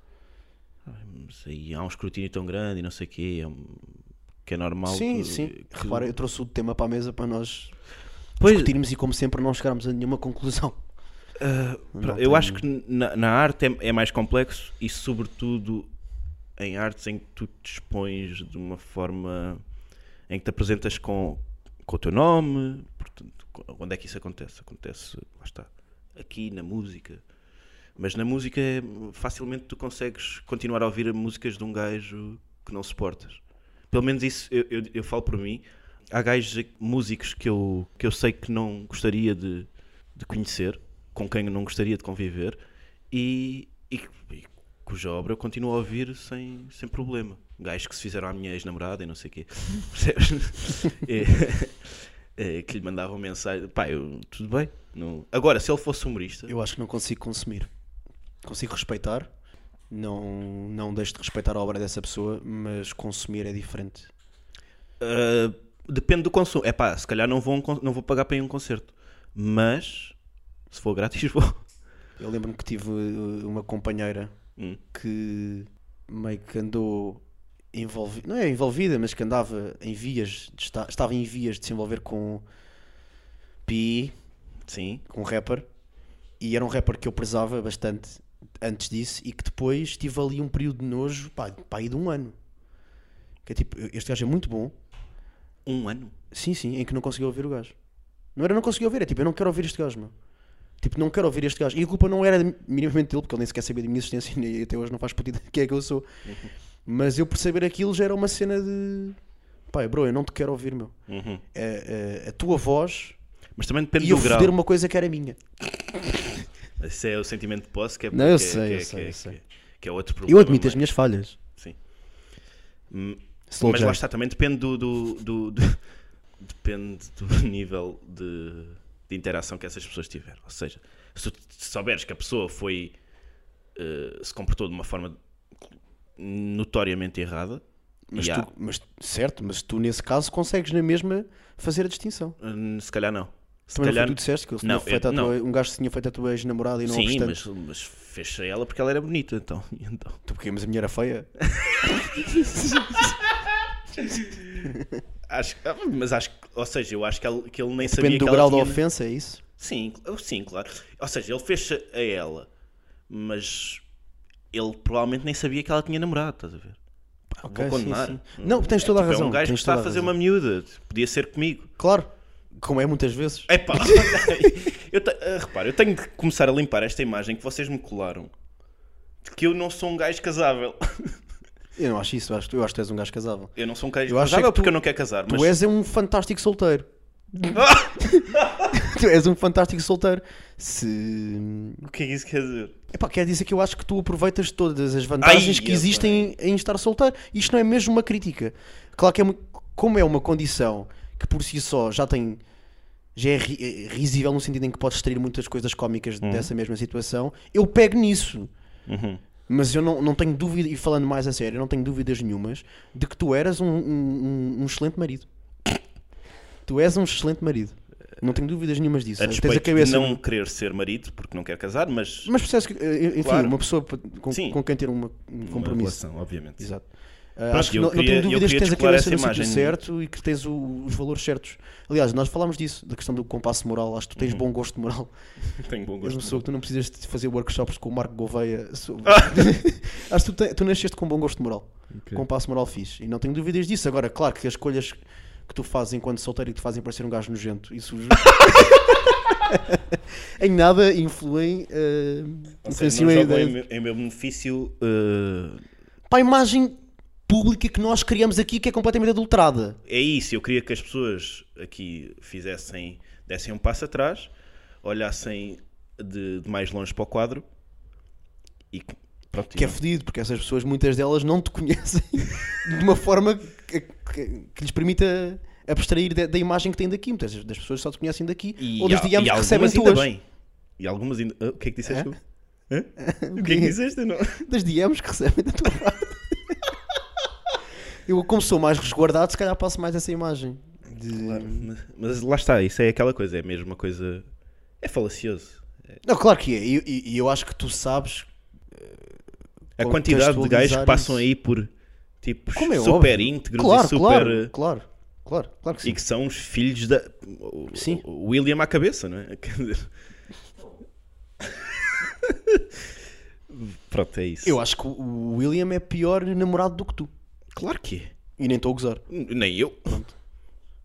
mas aí há um escrutínio tão grande e não sei o quê. É um- Que é normal.
sim,
que-
sim.
que-
Repara, eu trouxe o tema para a mesa para nós
Pois,
discutirmos e, como sempre, não chegarmos a nenhuma conclusão.
Pra-
Não
eu
tem-
acho que na, na arte é, é mais complexo e sobretudo em artes em que tu te expões de uma forma em que te apresentas com, com o teu nome portanto, co- onde é que isso acontece? acontece, lá está, aqui na música mas na música é- facilmente tu consegues continuar a ouvir músicas de um gajo que não suportas pelo menos isso eu, eu, eu falo por mim há gajos, músicos que eu, que eu sei que não gostaria de, de conhecer, com quem eu não gostaria de conviver e, e, e cuja obra eu continuo a ouvir sem, sem problema. Gajos que se fizeram à minha ex-namorada e não sei o quê. Percebes? É, é, que lhe mandavam mensagem. Pá, eu, tudo bem. Não... Agora, se ele fosse humorista,
Eu acho que não consigo consumir. Consigo respeitar. Não, não deixo de respeitar a obra dessa pessoa, mas consumir é diferente.
ah, depende do consumo. É pá, se calhar não vou, a um con- não vou pagar para ir a um concerto. Mas, se for grátis, vou.
Eu lembro-me que tive uh, uma companheira
Hum.
que meio que andou envolvida, não é envolvida, mas que andava em vias, de esta- estava em vias de se envolver com PI,
Sim.
com um rapper, e era um rapper que eu prezava bastante antes disso e que depois tive ali um período de nojo, pá, pá aí de um ano. Que é tipo, este gajo é muito bom,
Um ano.
Sim, sim, em que não conseguia ouvir o gajo. Não era não conseguia ouvir, é tipo, eu não quero ouvir este gajo, meu. Tipo, não quero ouvir este gajo. E a culpa não era minimamente dele, porque ele nem sequer sabia da minha existência e nem- até hoje não faz partido de quem é que eu sou.
Uhum.
Mas eu perceber aquilo já era uma cena de. Pai, bro, eu não te quero ouvir, meu.
Uhum.
A, a- a tua voz
Mas também depende
ia
É do grau.
foder uma coisa que era minha.
Esse é o sentimento de posse que é
Não, eu
que é-
sei,
que é-
eu
que
sei,
é-
eu
que é-
sei.
Que é outro problema.
Eu admito as
mas-
minhas falhas.
Sim. Hum,
Slow
mas
jam.
lá está, também depende do, do- do- do- depende do nível de, de interação que essas pessoas tiveram. Ou seja, se tu souberes que a pessoa foi eh, se comportou de uma forma notoriamente errada,
Mas,
e há-
tu, mas- certo, mas tu nesse caso consegues na mesma fazer a distinção.
hum, se calhar não. Se
Também não foi
calhar
tu que disseste que ele
Não,
tinha feito
eu-
à tua-
não.
um gajo que tinha feito a tua ex-namorada e não é
Sim,
obstante.
mas, mas fez a ela porque ela era bonita, então. então.
Tu porque mas a minha era feia?
Acho, ah, mas acho que, ou seja, eu acho que ele, que ele nem sabia
Depende do
que ela
grau da
tinha-
ofensa, é isso?
Sim, cl- sim, claro. Ou seja, ele fez a ela, mas ele provavelmente nem sabia que ela tinha namorado, estás a ver? Pá,
Ok, sim,
vou condenar.
sim. Não, tens toda a
Tipo,
razão.
É um gajo
tens
que está
toda
a fazer
razão.
uma miúda, podia ser comigo.
Claro, como é muitas vezes.
Epá, eu te... ah, repara, eu tenho que começar a limpar esta imagem que vocês me colaram de que eu não sou um gajo casável.
Eu não acho isso, eu acho, eu acho que tu és um gajo casável.
Eu não sou um gajo
Eu acho
casável
é que tu-
porque eu não quero casar, mas
Tu és um fantástico solteiro. tu és um fantástico solteiro. Se.
o que é que isso quer dizer?
Epá, quer dizer que eu acho que tu aproveitas todas as vantagens
Ai,
que
eu
existem em, em estar solteiro. Isto não é mesmo uma crítica. Claro que é muito- como é uma condição que por si só já tem. Já é ri- é risível no sentido em que podes extrair muitas coisas cómicas
Uhum.
dessa mesma situação. Eu pego nisso. Mas eu não, não tenho dúvida, e falando mais a sério, eu não tenho dúvidas nenhumas de que tu eras um, um- um- um excelente marido. Tu és um excelente marido. Não tenho dúvidas nenhumas disso.
A
Tens
despeito de
cabeça-
não querer ser marido porque não quer casar, mas
mas percebes que, eh, enfim,
Claro.
uma pessoa p- com,
Sim.
com quem ter uma, um
Uma
compromisso.
relação, obviamente.
Exato. Ah,
Pronto,
acho que
eu
não, não
queria- eu
tenho dúvidas que
queria
tens a
descolar
cabeça
essa
no sítio
imagem.
certo e que tens o- os valores certos. Aliás, nós falámos disso, da questão do compasso moral. Acho que tu tens
Uhum.
bom gosto moral.
Tenho bom
És
gosto.
uma pessoa que tu não precisas de fazer workshops com o Marco Gouveia. sobre- Acho que tu, te- tu nasceste com bom gosto moral. Com um passo moral fixe. E não tenho dúvidas disso. Agora, claro que as escolhas que tu fazes enquanto solteiro e que te fazem parecer um gajo nojento e sujo. em nada influem. eh,
Ou seja,
influenciam
não
a
jogam
ideia.
em, meu- em meu benefício. eh,
Para a imagem pública que nós criamos aqui que é completamente adulterada.
É isso, eu queria que as pessoas aqui fizessem, dessem um passo atrás, olhassem de, de mais longe para o quadro e que- pronto.
Que
e
é
não-
fodido, porque essas pessoas, muitas delas, não te conhecem de uma forma que, que- que lhes permita abstrair da, da imagem que têm daqui. Muitas das- das pessoas só te conhecem daqui,
e
ou das
há- e
digamos que
algumas
recebem
ainda
tuas.
bem. E algumas ainda. Ah, o que é que
É?
disseste? tu? Hã? O que é que disseste? Eu não-
das DMs que recebem da tua parte. Eu, como sou mais resguardado, se calhar passo mais essa imagem. De-
Mas, mas lá está, isso é aquela coisa, é mesmo uma coisa. É falacioso.
Não, claro que é. E e- e eu acho que tu sabes
A quantidade de gajos
Contextualizar
que passam
isso.
aí por tipo
Como é
super
óbvio.
íntegros
Claro,
e super.
claro, claro, claro, claro que sim.
E que são os filhos da. o-
Sim.
o William à cabeça, não é? Quer dizer. Pronto, é isso.
Eu acho que o William é pior namorado do que tu.
Claro que é.
E nem estou a gozar.
N- Nem eu.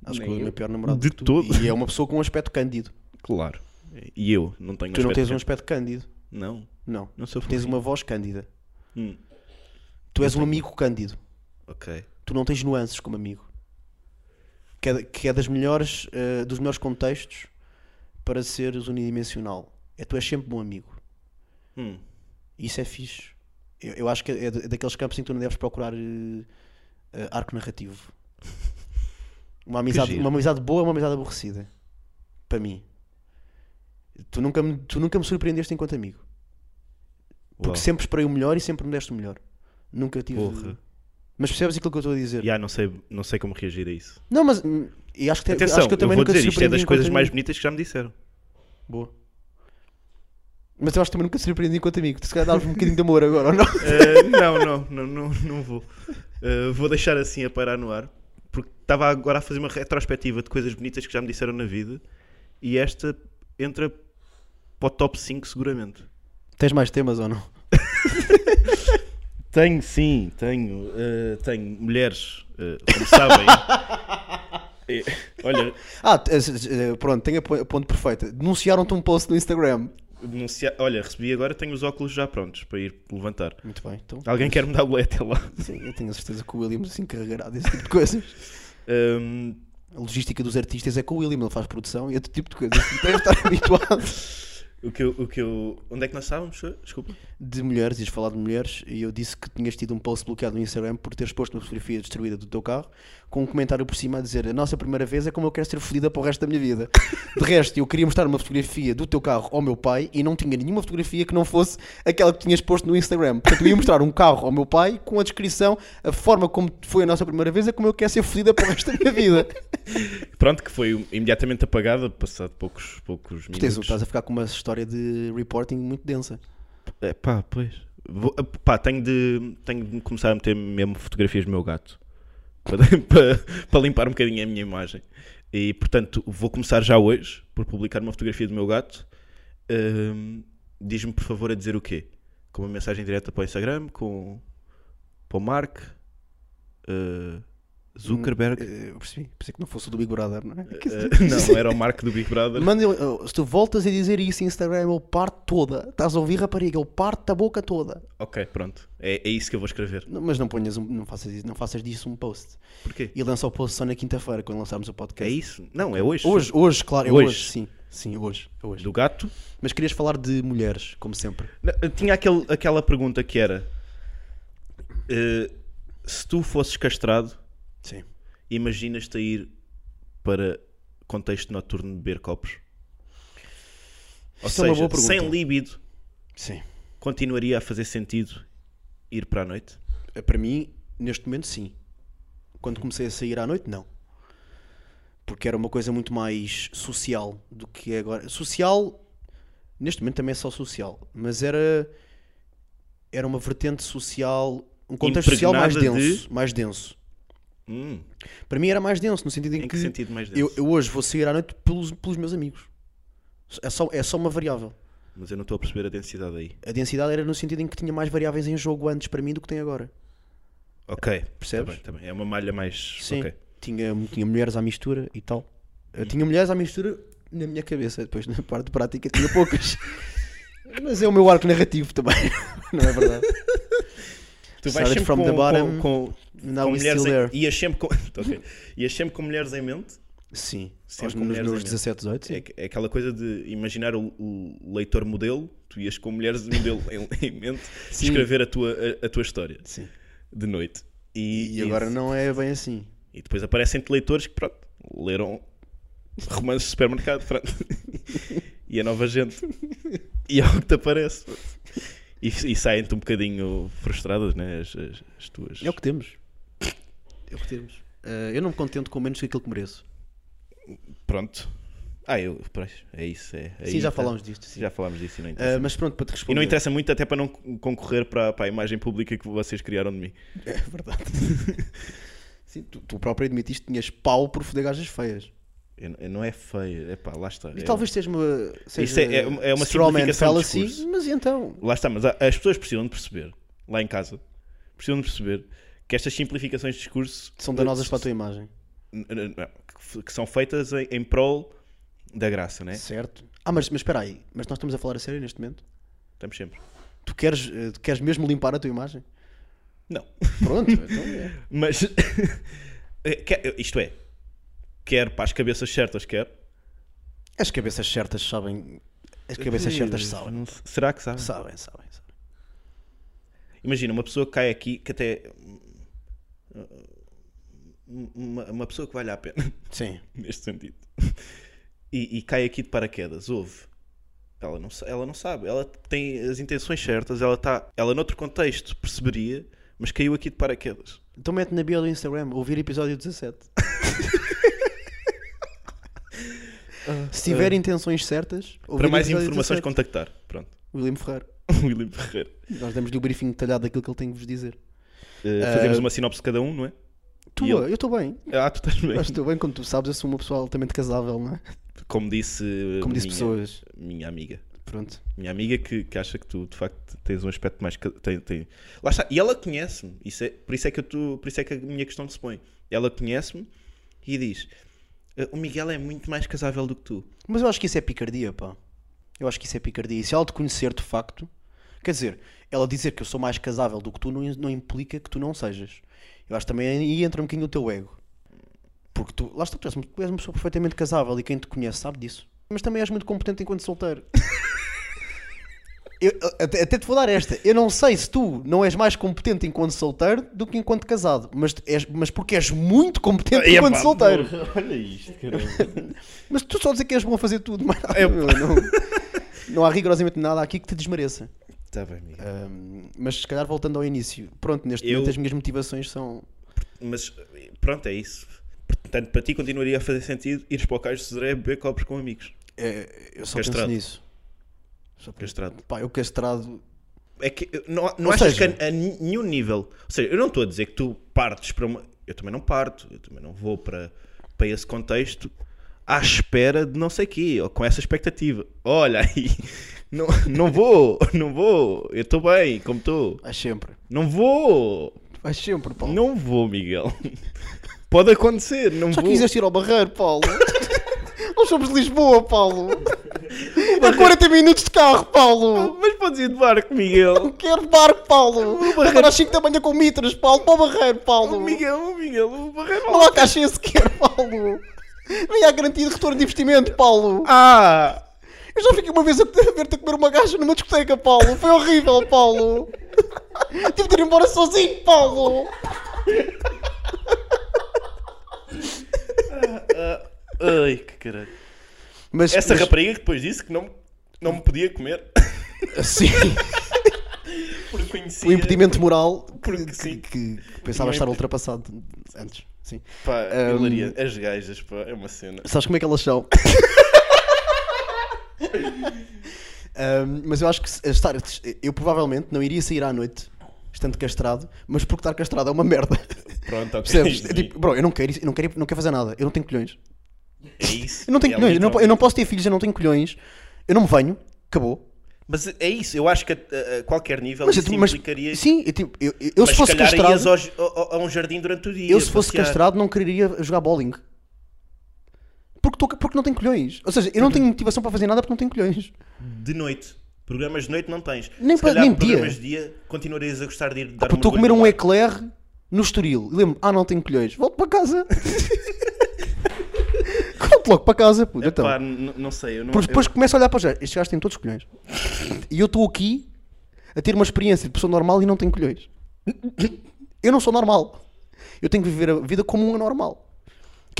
Acho
Nem
que o William
eu.
é pior namorado
De
do que tu.
todo.
E é uma pessoa com um aspecto cândido.
Claro. E eu não tenho
tu não tens um
aspecto-
aspecto cândido.
Não,
Não.
não sou
Tens
fofinho.
uma voz cândida.
Hum,
Tu és um amigo cândido.
Ok.
Tu não tens nuances como amigo. Que é, que é das melhores, eh, dos melhores contextos para seres unidimensional. É tu és sempre bom amigo.
Hum,
Isso é fixe. Eu, eu acho que é da- daqueles campos em que tu não deves procurar eh, eh, arco narrativo. Uma amizade,
giro.
uma amizade boa é uma amizade aborrecida. Para mim. Tu nunca, me, tu nunca me surpreendeste enquanto amigo. Porque
uau.
sempre esperei o melhor e sempre me deste o melhor. Nunca tive.
Porra.
Mas percebes aquilo que eu estou a dizer?
Já não sei, não sei como reagir a isso.
Não, mas. hum, E acho que, te-
Atenção,
acho que eu
eu,
também
vou
nunca
dizer,
te
isto é
surpreendi
das coisas
enquanto
mais
amigo.
bonitas que já me disseram.
Boa. Mas eu acho que também nunca te surpreendi enquanto amigo. Tu se calhar davas um bocadinho de amor agora, ou não?
Eh, não, não, não, não, não vou. Eh, vou deixar assim a parar no ar, porque estava agora a fazer uma retrospectiva de coisas bonitas que já me disseram na vida e esta entra para o top 5 seguramente.
Tens mais temas ou não?
Tenho, sim, tenho. eh, tenho mulheres, eh, como sabem. Eh, olha,
Ah, t- eh, eh, pronto, tenho a po- a ponto perfeito. Denunciaram-te um post no Instagram.
denuncia- olha, recebi agora, tenho os óculos já prontos para ir levantar.
Muito bem, então.
Alguém quer me dar boleia até é lá?
Sim, eu tenho a certeza que o William se encarregará desse tipo de coisas.
Ehm,
A logística dos artistas é com o William, ele faz produção e outro tipo de coisas. Tu Deve estar habituado.
o, que eu, o que eu. Onde é que nós estávamos? Desculpa.
De mulheres, ias falar de mulheres, e eu disse que tinhas tido um post bloqueado no Instagram por teres posto uma fotografia destruída do teu carro com um comentário por cima a dizer: A nossa primeira vez é como eu quero ser fodida para o resto da minha vida. De resto, eu queria mostrar uma fotografia do teu carro ao meu pai e não tinha nenhuma fotografia que não fosse aquela que tinhas posto no Instagram. Portanto, eu ia mostrar um carro ao meu pai com a descrição: A forma como foi a nossa primeira vez é como eu quero ser fodida para o resto da minha vida.
Pronto, que foi imediatamente apagada, passado poucos, poucos
Tu tens, um
minutos.
estás a ficar com uma história de reporting muito densa.
É, pá, pois. Vou- pá, tenho de, tenho de começar a meter mesmo fotografias do meu gato. Para, para- para limpar um bocadinho a minha imagem. E, portanto, vou começar já hoje por publicar uma fotografia do meu gato. Hum, Diz-me, por favor, a dizer o quê? Com uma mensagem direta para o Instagram, com, para o Mark, eh, Zuckerberg.
Eh, Eu percebi, pensei que não fosse o do Big Brother, não é?
Eh, não, era o Mark do Big Brother.
Manda ele- oh, se tu voltas a dizer isso em Instagram, é eu parto toda. Estás a ouvir, rapariga, é eu parto a boca toda.
Ok, pronto. É, é isso que eu vou escrever.
Não, mas não ponhas, um- não faças, isso- não faças disso um post.
Porquê?
E lança o post só na quinta-feira, quando lançarmos o
É
podcast.
isso? Não, é hoje.
Hoje, hoje, claro, é
Hoje.
hoje. sim. Sim, hoje, é hoje.
Do gato.
Mas querias falar de mulheres, como sempre.
Não, eu Tinha aquele, aquela pergunta que era: eh, se tu fosses castrado,
Sim.
imaginas-te a ir para contexto noturno beber copos? Ou
Isso é
seja,
uma boa pergunta.
sem líbido,
Sim.
continuaria a fazer sentido ir para a noite?
Eh, Para mim, neste momento, sim. Quando comecei a sair à noite, não. Porque era uma coisa muito mais social do que é agora. Social, neste momento também é só social, mas era era uma vertente social, um contexto social mais
Impregnada de-
denso, mais denso.
Hum,
Para mim era mais denso, no sentido em,
em que sentido mais
eu,
denso?
eu hoje vou sair à noite pelos, pelos meus amigos. É só, é só uma variável.
Mas eu não estou a perceber a densidade aí.
A densidade era no sentido em que tinha mais variáveis em jogo antes para mim do que tem agora.
Ok,
Percebes?
Tá bem, tá bem. É uma malha mais.
Sim.
ok.
Tinha, tinha mulheres à mistura e tal. Eu tinha mulheres à mistura na minha cabeça, depois na parte prática tinha poucas. Mas é o meu arco narrativo também, não é verdade?
Tu vais
Started
sempre
from
com,
the
com,
bottom.
com-
Now
com
we
mulheres
still
em-
there.
Ias sempre com... Tô ok. Ias sempre com mulheres em mente.
Sim,
Sempre
aos
com
meus,
mulheres
meus
em mente.
17, 18. sim.
É, que- é aquela coisa de imaginar o, o leitor modelo, tu ias com mulheres de modelo em, em mente
Sim.
escrever a tua, a, a tua história
Sim.
de noite. E,
E agora não é bem assim.
E depois aparecem-te leitores que, pronto, leram romances de supermercado, pronto. E a nova gente. E é o que te aparece. pronto. E, e saem-te um bocadinho frustradas, né? As, as- as tuas.
É o que temos. É o que temos. Ah, eu não me contento com menos que aquilo que mereço.
Pronto. Ah, eu. pois, é isso. É, aí
sim, já
tá.
falámos disto. sim.
Já falámos disso e não
Ah,
interessa.
mas pronto, para te
E
responder.
não interessa muito, até para não concorrer para, para a imagem pública que vocês criaram de mim.
É verdade. Sim, tu, tu próprio admitiste que tinhas pau por foder gajas feias.
Eu- eu não é feio, é pá, lá está.
E
É-
talvez seja uma, seja
é- é uma- é uma
strawman
simplificação de
fallacy,
discurso.
mas e então?
Lá está, mas há- as pessoas precisam de perceber, lá em casa, precisam de perceber que estas simplificações de discurso
São danosas para a tua imagem.
N- n- não, que- que são feitas em, em prol da graça, né?
Certo. Ah, mas, mas espera aí. Mas nós estamos a falar a sério neste momento?
Estamos sempre.
Tu queres, eh, tu queres mesmo limpar a tua imagem?
Não.
Pronto, então é.
Mas eh, quer- isto é, quer para as cabeças certas, quer.
As cabeças certas sabem. As cabeças certas sabem.
Não se- Será que sabe?
Sabem, sabem, sabem.
Imagina, uma pessoa que cai aqui que até. hum, Uma, uma pessoa que vale a pena,
Sim.
neste sentido, e, e cai aqui de paraquedas, ouve. Ela não, sa- ela não sabe, ela tem as intenções certas, ela está. Ela, noutro contexto, perceberia, mas caiu aqui de paraquedas.
Então mete na bio do Instagram, ouvir episódio 17. Se tiver intenções certas, ouvir
Para mais
episódio
informações,
17.
contactar. Pronto.
William Ferreira.
William Ferreira.
Nós damos-lhe o briefing detalhado daquilo que ele tem que vos dizer.
Eh, fazemos uma sinopse de cada um, não é?
Tua,
E ele?
eu estou bem.
Ah, tu estás bem.
Eu estou bem, como tu sabes, eu sou uma pessoa altamente casável, não é?
Como disse, eh,
Como disse
minha,
pessoas.
minha amiga.
Pronto.
Minha amiga que, que acha que tu, de facto, tens um aspecto mais. ca- Tem, tem... Lá está. E ela conhece-me. Isso é, por, isso é que eu tô- por isso é que a minha questão se põe. Ela conhece-me e diz: "Eh, O Miguel é muito mais casável do que tu.
Mas eu acho que isso é picardia, pá. Eu acho que isso é picardia. E se ela te conhecer de facto, quer dizer, ela dizer que eu sou mais casável do que tu não, não implica que tu não sejas. Eu acho que também aí entra um bocadinho o teu ego. Porque tu, lá está, tu és, uma- tu és uma pessoa perfeitamente casável e quem te conhece sabe disso. Mas também és muito competente enquanto solteiro. Eu- até, até te vou dar esta. Eu não sei se tu não és mais competente enquanto solteiro do que enquanto casado, mas, tu és, mas porque és muito competente
Epá,
enquanto solteiro.
Olha isto, caramba.
Mas tu só dizer que és bom a fazer tudo,
É,
mas nada, meu, não, não há rigorosamente nada aqui que te desmereça.
Está Tá bem, Miguel.
Ahm, mas se calhar voltando ao início, pronto, neste
Eu-
momento as minhas motivações são.
Mas eh, pronto, é isso. Portanto, para ti continuaria a fazer sentido ires para o Cais de Sodré beber copos com amigos.
é, eu só penso
Castrado.
nisso. Só penso-
Castrado.
Pá, eu castrado.
É que eu não, não
Ou
achas
seja-
que a, a ni- nenhum nível. Ou seja, eu não estou a dizer que tu partes para uma. Eu também não parto, eu também não vou para, para esse contexto à espera de não sei quê, ou com essa expectativa. Olha aí, não, não vou, não vou, eu estou bem, como estou.
Vais sempre.
Não vou,
Vais sempre, Paulo.
não vou, Miguel. Pode acontecer, não
Já
vou.
quiseste ir ao barreiro, Paulo. Nós somos de Lisboa, Paulo. É 40 minutos de carro, Paulo.
Ah, Mas podes ir de barco, Miguel.
Quero barco, Paulo. Agora às 5 da manhã com mitras, Paulo. Para o barreiro, Paulo.
Oh, Miguel, oh, Miguel, o barreiro.
Não há caixa sequer, Paulo. Nem há garantia de retorno de investimento, Paulo.
Ah!
Eu já fiquei uma vez a ver-te a comer uma gaja numa discoteca, Paulo. Foi horrível, Paulo. Tive de ir embora sozinho, Paulo.
Ai, que caralho.
Mas,
Essa
mas-
rapariga que depois disse que não, não me podia comer
Sim,
porque conhecia.
o impedimento moral que,
Porque
que-
sim.
que pensava
Tinha
estar
um
ultrapassado antes. Sim.
Pá,
Ahm.
hilaria- as gajas, pá, é uma cena.
Sabes como é que elas são? Ahm, mas eu acho que se- estar, eu provavelmente não iria sair à noite estando castrado, mas porque estar castrado é uma merda.
Pronto, ok.
Percebes?
sim.
É tipo, bro, eu não quero isso, eu não quero, ir- não quero fazer nada, eu não tenho colhões.
É isso.
Eu não
É
tenho colhões, eu não, po- eu não
literalmente.
posso ter filhos, eu não tenho colhões, eu não me venho, acabou.
Mas é isso, eu acho que a, a qualquer nível
Mas, eu
isso
tipo, mas-
implicaria.
sim, eu, tipo, eu, eu- eu se
mas
fosse
calhar ias
castrado,
aos- a, a um jardim durante o dia.
eu se fosse
passear.
castrado não quereria jogar bowling. Porque, tô- porque não tenho colhões. Ou seja, eu não tenho motivação para fazer nada porque não tenho colhões.
De noite. Programas de noite não tens.
Nem
se
pa-
calhar
nem
programas de dia continuarias a gostar de ir dar
Pô,
uma
Estou a comer um eclair no Estoril e lembro ah, não tenho colhões, volto para casa. volto logo para casa, puto. então.
Epá, n- não sei, eu não.
Porque depois
eu-
começo a olhar para os gajos, estes gajos têm todos colhões. E eu estou aqui a ter uma experiência de pessoa normal e não tenho colhões. Eu não sou normal. Eu tenho que viver a vida como um anormal.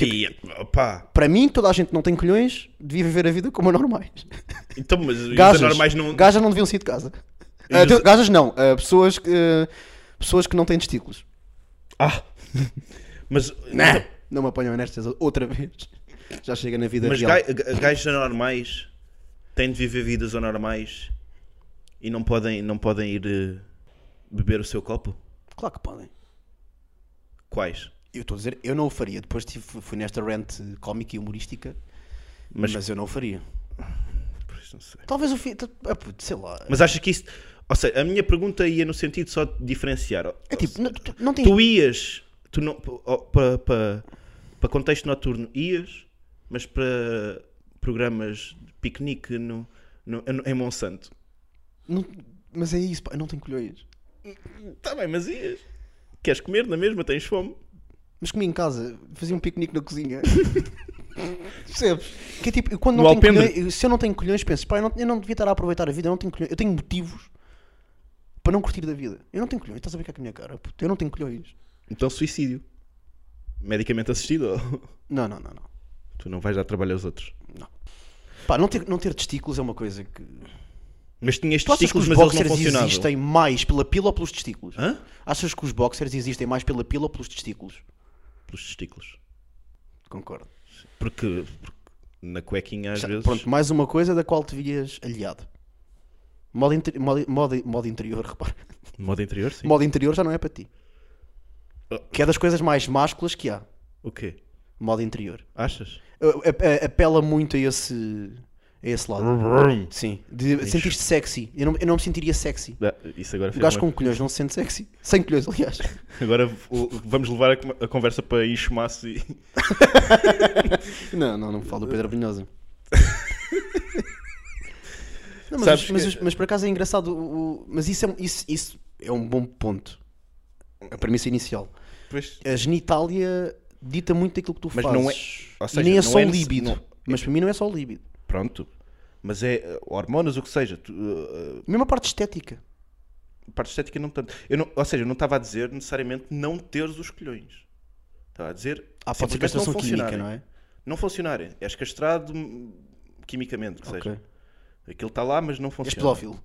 E, opá,
Para mim, toda a gente que não tem colhões devia viver a vida como anormais.
então, mas os
Gajas,
anormais não.
gajas não deviam sair de casa.
Eu
Ah,
já-
de- gajas não, ah, pessoas, que, ah, pessoas que não têm testículos.
Ah! Mas. então,
Não, não me apanham nestas outra vez. Já chega na vida
Mas
real.
ga- ga- gajos anormais têm de viver vidas anormais e não podem, não podem ir eh, beber o seu copo?
Claro que podem.
Quais?
Eu estou a dizer, eu não o faria. Depois tive- fui nesta rant cómica e humorística, mas,
Mas,
eu não o faria.
pois, não sei.
Talvez o fim, ah, puto, sei lá.
Mas achas que isso. Ou seja, a minha pergunta ia no sentido só de diferenciar.
é tipo, não, tu- não tem.
Tu ias. Tu não. Para para contexto noturno ias, mas para programas de piquenique no, no- em Monsanto.
não- mas é isso, pá, eu não tenho colhões.
Está Tá bem, mas ias. Queres comer na mesma? Tens fome?
Mas comi em casa, fazia um piquenique na cozinha. Percebes? Que é tipo, eu quando
No
não tenho
alpendre.
colhões- se eu não tenho colhões, penso, pá, eu não, eu não devia estar a aproveitar a vida, eu não tenho colhões, eu tenho motivos para não curtir da vida. Eu não tenho colhões, estás a ver com a minha cara? puto? eu não tenho colhões.
Então suicídio. Medicamente assistido. ou-
Não, não, não, não.
Tu não vais dar trabalho aos outros.
Pá, não ter, não ter testículos é uma coisa que.
Mas tinhas
Tu achas que
testículos,
os
mas eles não
boxers
funcionavam.
existem mais pela pila ou pelos testículos?
Hã?
Achas que os boxers existem mais pela pila ou pelos testículos?
Pelos testículos.
Concordo.
Porque, porque na cuequinha às
Já-
vezes.
Pronto, mais uma coisa da qual te vias aliado. Modo, interi- modo, modo, modo interior, repara.
Modo interior, sim.
Modo interior já não é para ti.
Ah.
Que é das coisas mais másculas que há.
O quê?
Modo interior.
Achas?
A- a- a- Apela muito a esse, a esse lado. Sim. De sentir-te sexy. Eu não, eu não me sentiria sexy.
Ah, Isso agora
O
fez.
Um gajo
uma-
com colhões não se sente sexy. Sem colhões, aliás.
Agora o- vamos levar a, com- a conversa para enxumaço e.
Não, não, não me falo do Pedro Brunhosa. Não, mas,
Sabes
mas,
que-
mas- mas por acaso é engraçado. o- o- mas isso é, isso, isso é um bom ponto. A premissa inicial.
Pois.
A genitália dita muito daquilo que tu
Mas
fazes.
não é- ou seja,
e nem é
não
só
é
o
nece-
líbido.
não-
Mas para mim não é só o líbido.
Pronto. Mas é eh, hormonas, o que seja. Tu, eh,
Mesmo a parte estética.
parte estética não tanto. Eu não, ou seja, eu não estava a dizer necessariamente não teres os colhões. Estava a dizer.
Ah, pode ser
simplesmente
castração
não
química,
funcionarem.
não é?
Não funcionarem. És castrado hum, quimicamente, que
Ok.
seja. Aquilo está lá, mas não
És
funciona.
pedófilo.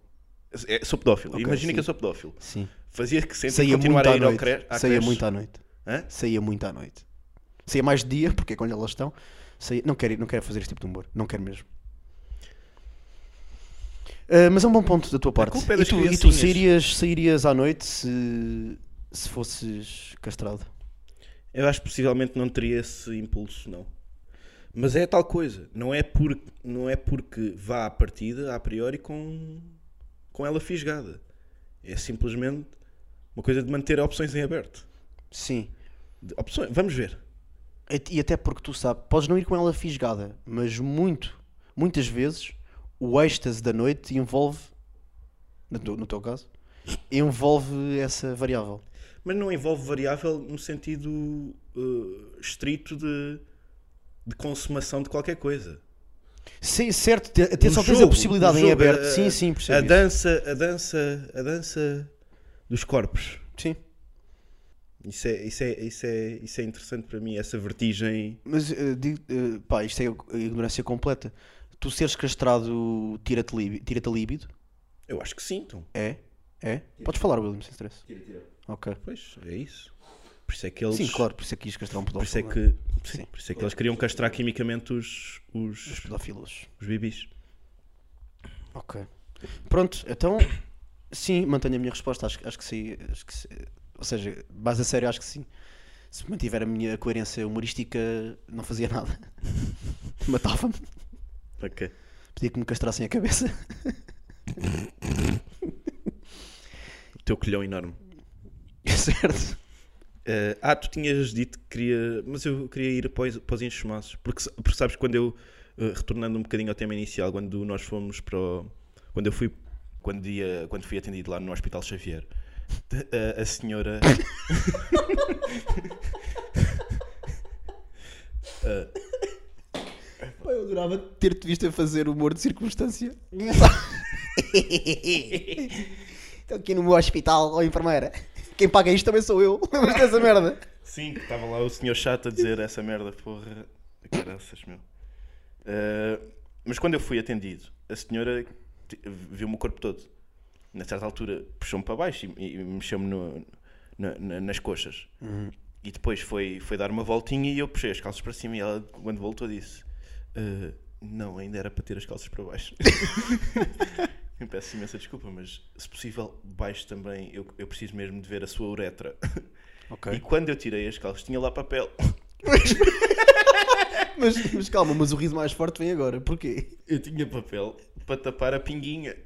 É, sou pedófilo.
Ok,
Imagina que
sim.
eu sou pedófilo.
Sim.
Fazia que sempre
Saía muito
continuar a
à
ir ao
noite.
cre... à
Saía
creche.
muito à noite.
Hã?
Saía muito à noite. Saía mais de dia, porque é quando elas estão. Saía... Não, quero, ir- não quero fazer este tipo de humor. Não quero mesmo. Ah, mas é um bom ponto da tua parte.
culpa é
e
das
tu, e tu
criancinhas.
sairias, sairias à noite se, se fosses castrado?
Eu acho que possivelmente não teria esse impulso, não. Mas é tal coisa. Não é, por... não é porque vá à partida, a priori, com... com ela fisgada. É simplesmente uma coisa de manter opções em aberto.
Sim.
De- Opções... Vamos ver.
E e até porque tu sabes, podes não ir com ela fisgada, mas muito, muitas vezes, o êxtase da noite envolve, no teu, no teu caso, envolve essa variável.
Mas não envolve variável no sentido eh, estrito de... de consumação de qualquer coisa.
Sim, certo, te- até
No
só tens a
jogo,
possibilidade
no
em
jogo,
aberto.
a-
sim, sim,
A
percebo. isso.
dança, a dança, a dança dos corpos.
Sim.
Isso é, isso é, isso é, isso é interessante para mim, essa vertigem.
Mas eh, digo, eh, pá, isto é a ignorância completa. Tu seres castrado tira-te líbido, tira líbido?
Eu acho que sim, então.
É? É? Podes falar, William, sem stress.
Tira, tira.
Ok.
Pois, é isso. Por isso é que eles.
Sim, claro, por isso é que quis castrar um
Por
pedófilo.
isso é
não é?
que, sim,
Sim.
por isso é que eles queriam castrar quimicamente os,
Os
os,
é? pedófilos.
os bibis.
Ok. Pronto, então sim, mantenho a minha resposta. Acho, que- acho que sim. Acho que, sim. ou seja, mais a sério, acho que sim. Se mantiver a minha coerência humorística, não fazia nada. Matava-me.
Ok.
Pedia que me castrassem a cabeça.
O teu colhão enorme.
É certo?
Eh, ah, tu tinhas dito que queria. Mas eu queria ir para os, para os enxumaços. Porque, sa- porque sabes, quando eu. eh, retornando um bocadinho ao tema inicial, quando nós fomos para. o- quando eu fui. Quando, ia, quando fui atendido lá no Hospital Xavier, eh, a, a senhora. Ah,
Pá, eu adorava ter-te visto a fazer humor de circunstância. Estou aqui no meu hospital, ó enfermeira. Quem paga isto também sou eu. Lembras dessa merda?
sim, que estava lá o senhor chato a dizer essa merda, porra. Caraças, meu. Ah, mas quando eu fui atendido, a senhora te- viu-me o corpo todo. Na certa altura, puxou-me para baixo e, e- e mexeu-me no- na- na- nas coxas. E depois foi, foi dar uma voltinha e eu puxei as calças para cima. E ela, quando voltou, disse: "Ah, Não, ainda era para ter as calças para baixo. eu peço imensa desculpa, mas se possível, baixo também. Eu, eu preciso mesmo de ver a sua uretra. E
Ok.
quando eu tirei as calças, tinha lá papel.
Mas, mas calma, mas o riso mais forte vem agora. Porquê?
Eu tinha papel para tapar a pinguinha.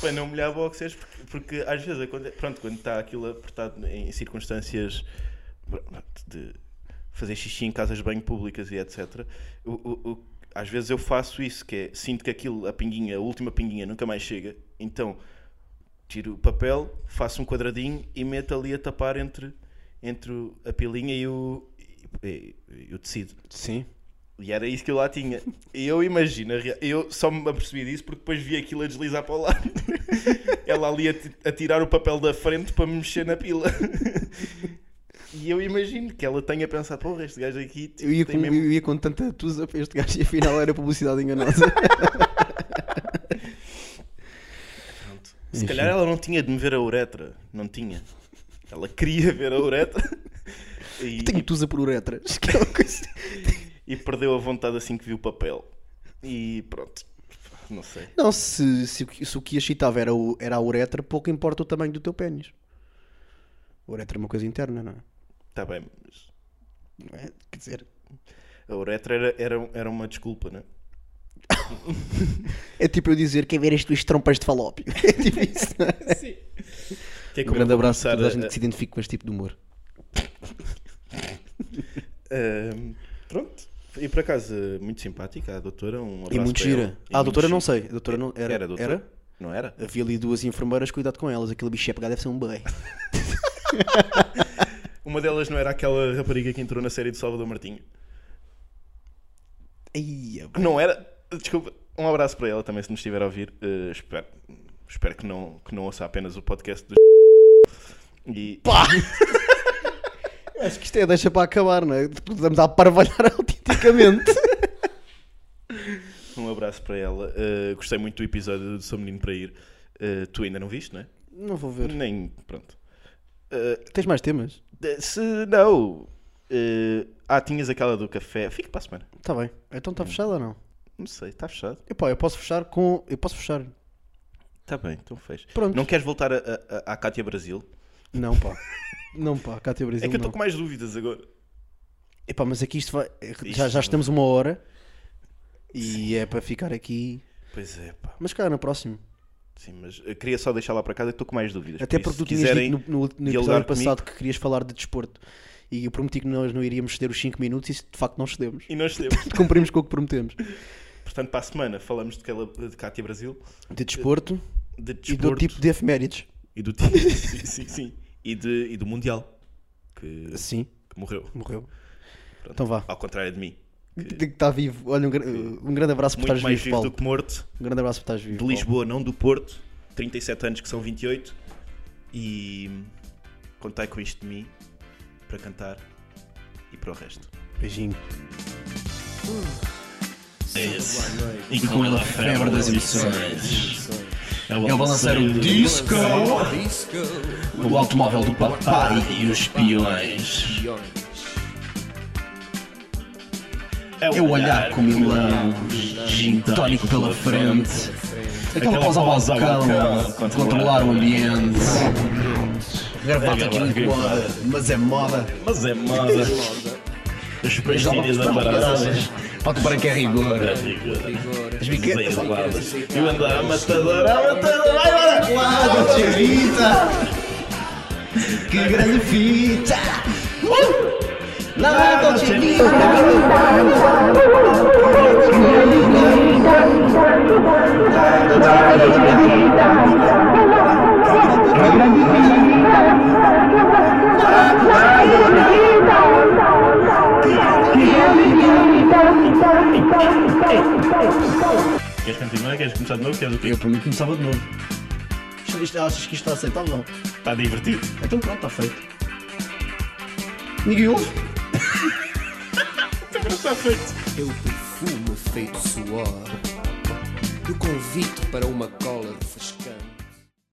para não molhar boxers, porque, porque às vezes aconte- pronto, quando está aquilo apertado em circunstâncias pronto, de fazer xixi em casas de banho públicas e etc. o- o- o- às vezes eu faço isso, que é sinto que aquilo, a pinguinha, a última pinguinha nunca mais chega. Então tiro o papel, faço um quadradinho e meto ali a tapar entre, entre o- a pilinha e o, e- e- e o tecido.
Sim.
E era isso que eu lá tinha. E eu imagino, a rea- eu só me apercebi disso porque depois vi aquilo a deslizar para o lado. Ela ali a, ti- a tirar o papel da frente para me mexer na pila. E eu imagino que ela tenha pensado, porra, este gajo aqui tipo,
Eu ia,
tem
com,
mesmo-
eu ia com tanta tusa para este gajo e afinal era publicidade enganosa.
Pronto. Se calhar ela não tinha de me ver a uretra. Não tinha. Ela queria ver a uretra. E,
Tenho tusa por uretras. Que é uma coisa-
e perdeu a vontade assim que viu o papel. E pronto. Não sei.
Não, se, se, o que- se o que a excitava era, o, era a uretra, pouco importa o tamanho do teu pênis. A uretra é uma coisa interna, não é?
Está Tá bem, mas
Não é? Quer dizer,
a uretra era, era, era uma desculpa, não é?
é tipo eu dizer quem ver as tuas trompas de falópio. É tipo isso. não é?
Que é que
Um
eu
grande
vou
abraço
começar
a
Um
toda a gente que se identifica com este tipo de humor.
Ahm, pronto. E por acaso, muito simpática a doutora. Um abraço
E muito
para ela.
gira.
E
Ah, a
muito
doutora não
gira.
sei. A doutora não, era,
Era, doutora?
era?
Não era?
Havia ali duas enfermeiras, cuidado com elas. Aquele bicho é pegar deve ser um bem.
Uma delas não era aquela rapariga que entrou na série do Salvador Martinho.
Ai, é
Não era? Desculpa. Um abraço para ela também, se nos estiver a ouvir. Eh, espero espero que, não, que não ouça apenas o podcast do. E.
Acho que isto é, deixa para acabar, não é? Estamos a parvalhar autenticamente.
Um abraço para ela. Eh, gostei muito do episódio do Sou Menino para Ir. Eh, tu ainda não viste, não é?
Não vou ver.
Nem. Pronto. Eh,
Tens mais temas?
de- se não. eh, ah, tinhas aquela do café. Fica para a semana.
Está bem. Então está fechado ou não?
Não sei, está fechado.
Epá, eu posso fechar com. Eu posso fechar.
Está bem, então fez.
Pronto.
Não queres voltar a- a- a- à Cátia Brasil?
Não, pá. Não, pá. Cá tem o Brasil.
é que eu
não.
estou com mais dúvidas agora.
Epá, mas aqui isto vai. Já,
Isto-
já estamos uma hora. E é para ficar aqui.
Pois é, pá.
Mas cá, na próxima.
Sim, mas eu queria só deixar lá para casa que estou com mais dúvidas.
Até
Por
porque
isso,
tu
se
tinhas
quiserem
dito no, no- no
dialogar
episódio passado que querias falar de desporto. E eu prometi que nós não iríamos ceder os 5 minutos e de facto não cedemos.
E nós temos.
Cumprimos com o que prometemos.
Portanto, para a semana falamos de, aquela, de Cátia Brasil,
De desporto
de
e do
desporto
tipo de efemérides.
e do tipo. sim, sim, sim. E, de, e do Mundial, que,
Sim,
que morreu.
morreu.
Pronto.
Então vá.
Ao contrário de mim.
Que está vivo. Olha, um, gra- um grande abraço por
Muito
estás
mais
vivo,
vivo
Paulo.
do que morto.
Um grande abraço por estás vivo.
De Lisboa, não do Porto. 37 anos que são 28. E contai com isto de mim para cantar e para o resto.
Paulo. Beijinho.
e com ele a febre das emoções. É o balanceiro disco, o automóvel do papai e os peões. É o olhar com milão, gin tónico pela frente, aquela pausa ao balcão, controlar o ambiente. Gravata que não incomoda, mas é moda.
Mas é moda.
Os pastilhas aparadas, foto branca é rigor. As biquetas lavadas,
Eu ando a matador, a matador.
Claro, Dolce Vita. Que grande fita. Uh! Lá, Dolce Vita.
Queres continuar? Queres começar de novo? Queres o quê?
Eu para mim começava de novo. Isto- isto- achas que isto está aceitável?
Está divertido.
Então pronto, está feito. Ninguém ouve?
Está feito.
Eu perfumo feito suor. Eu convite para uma cola de frescante.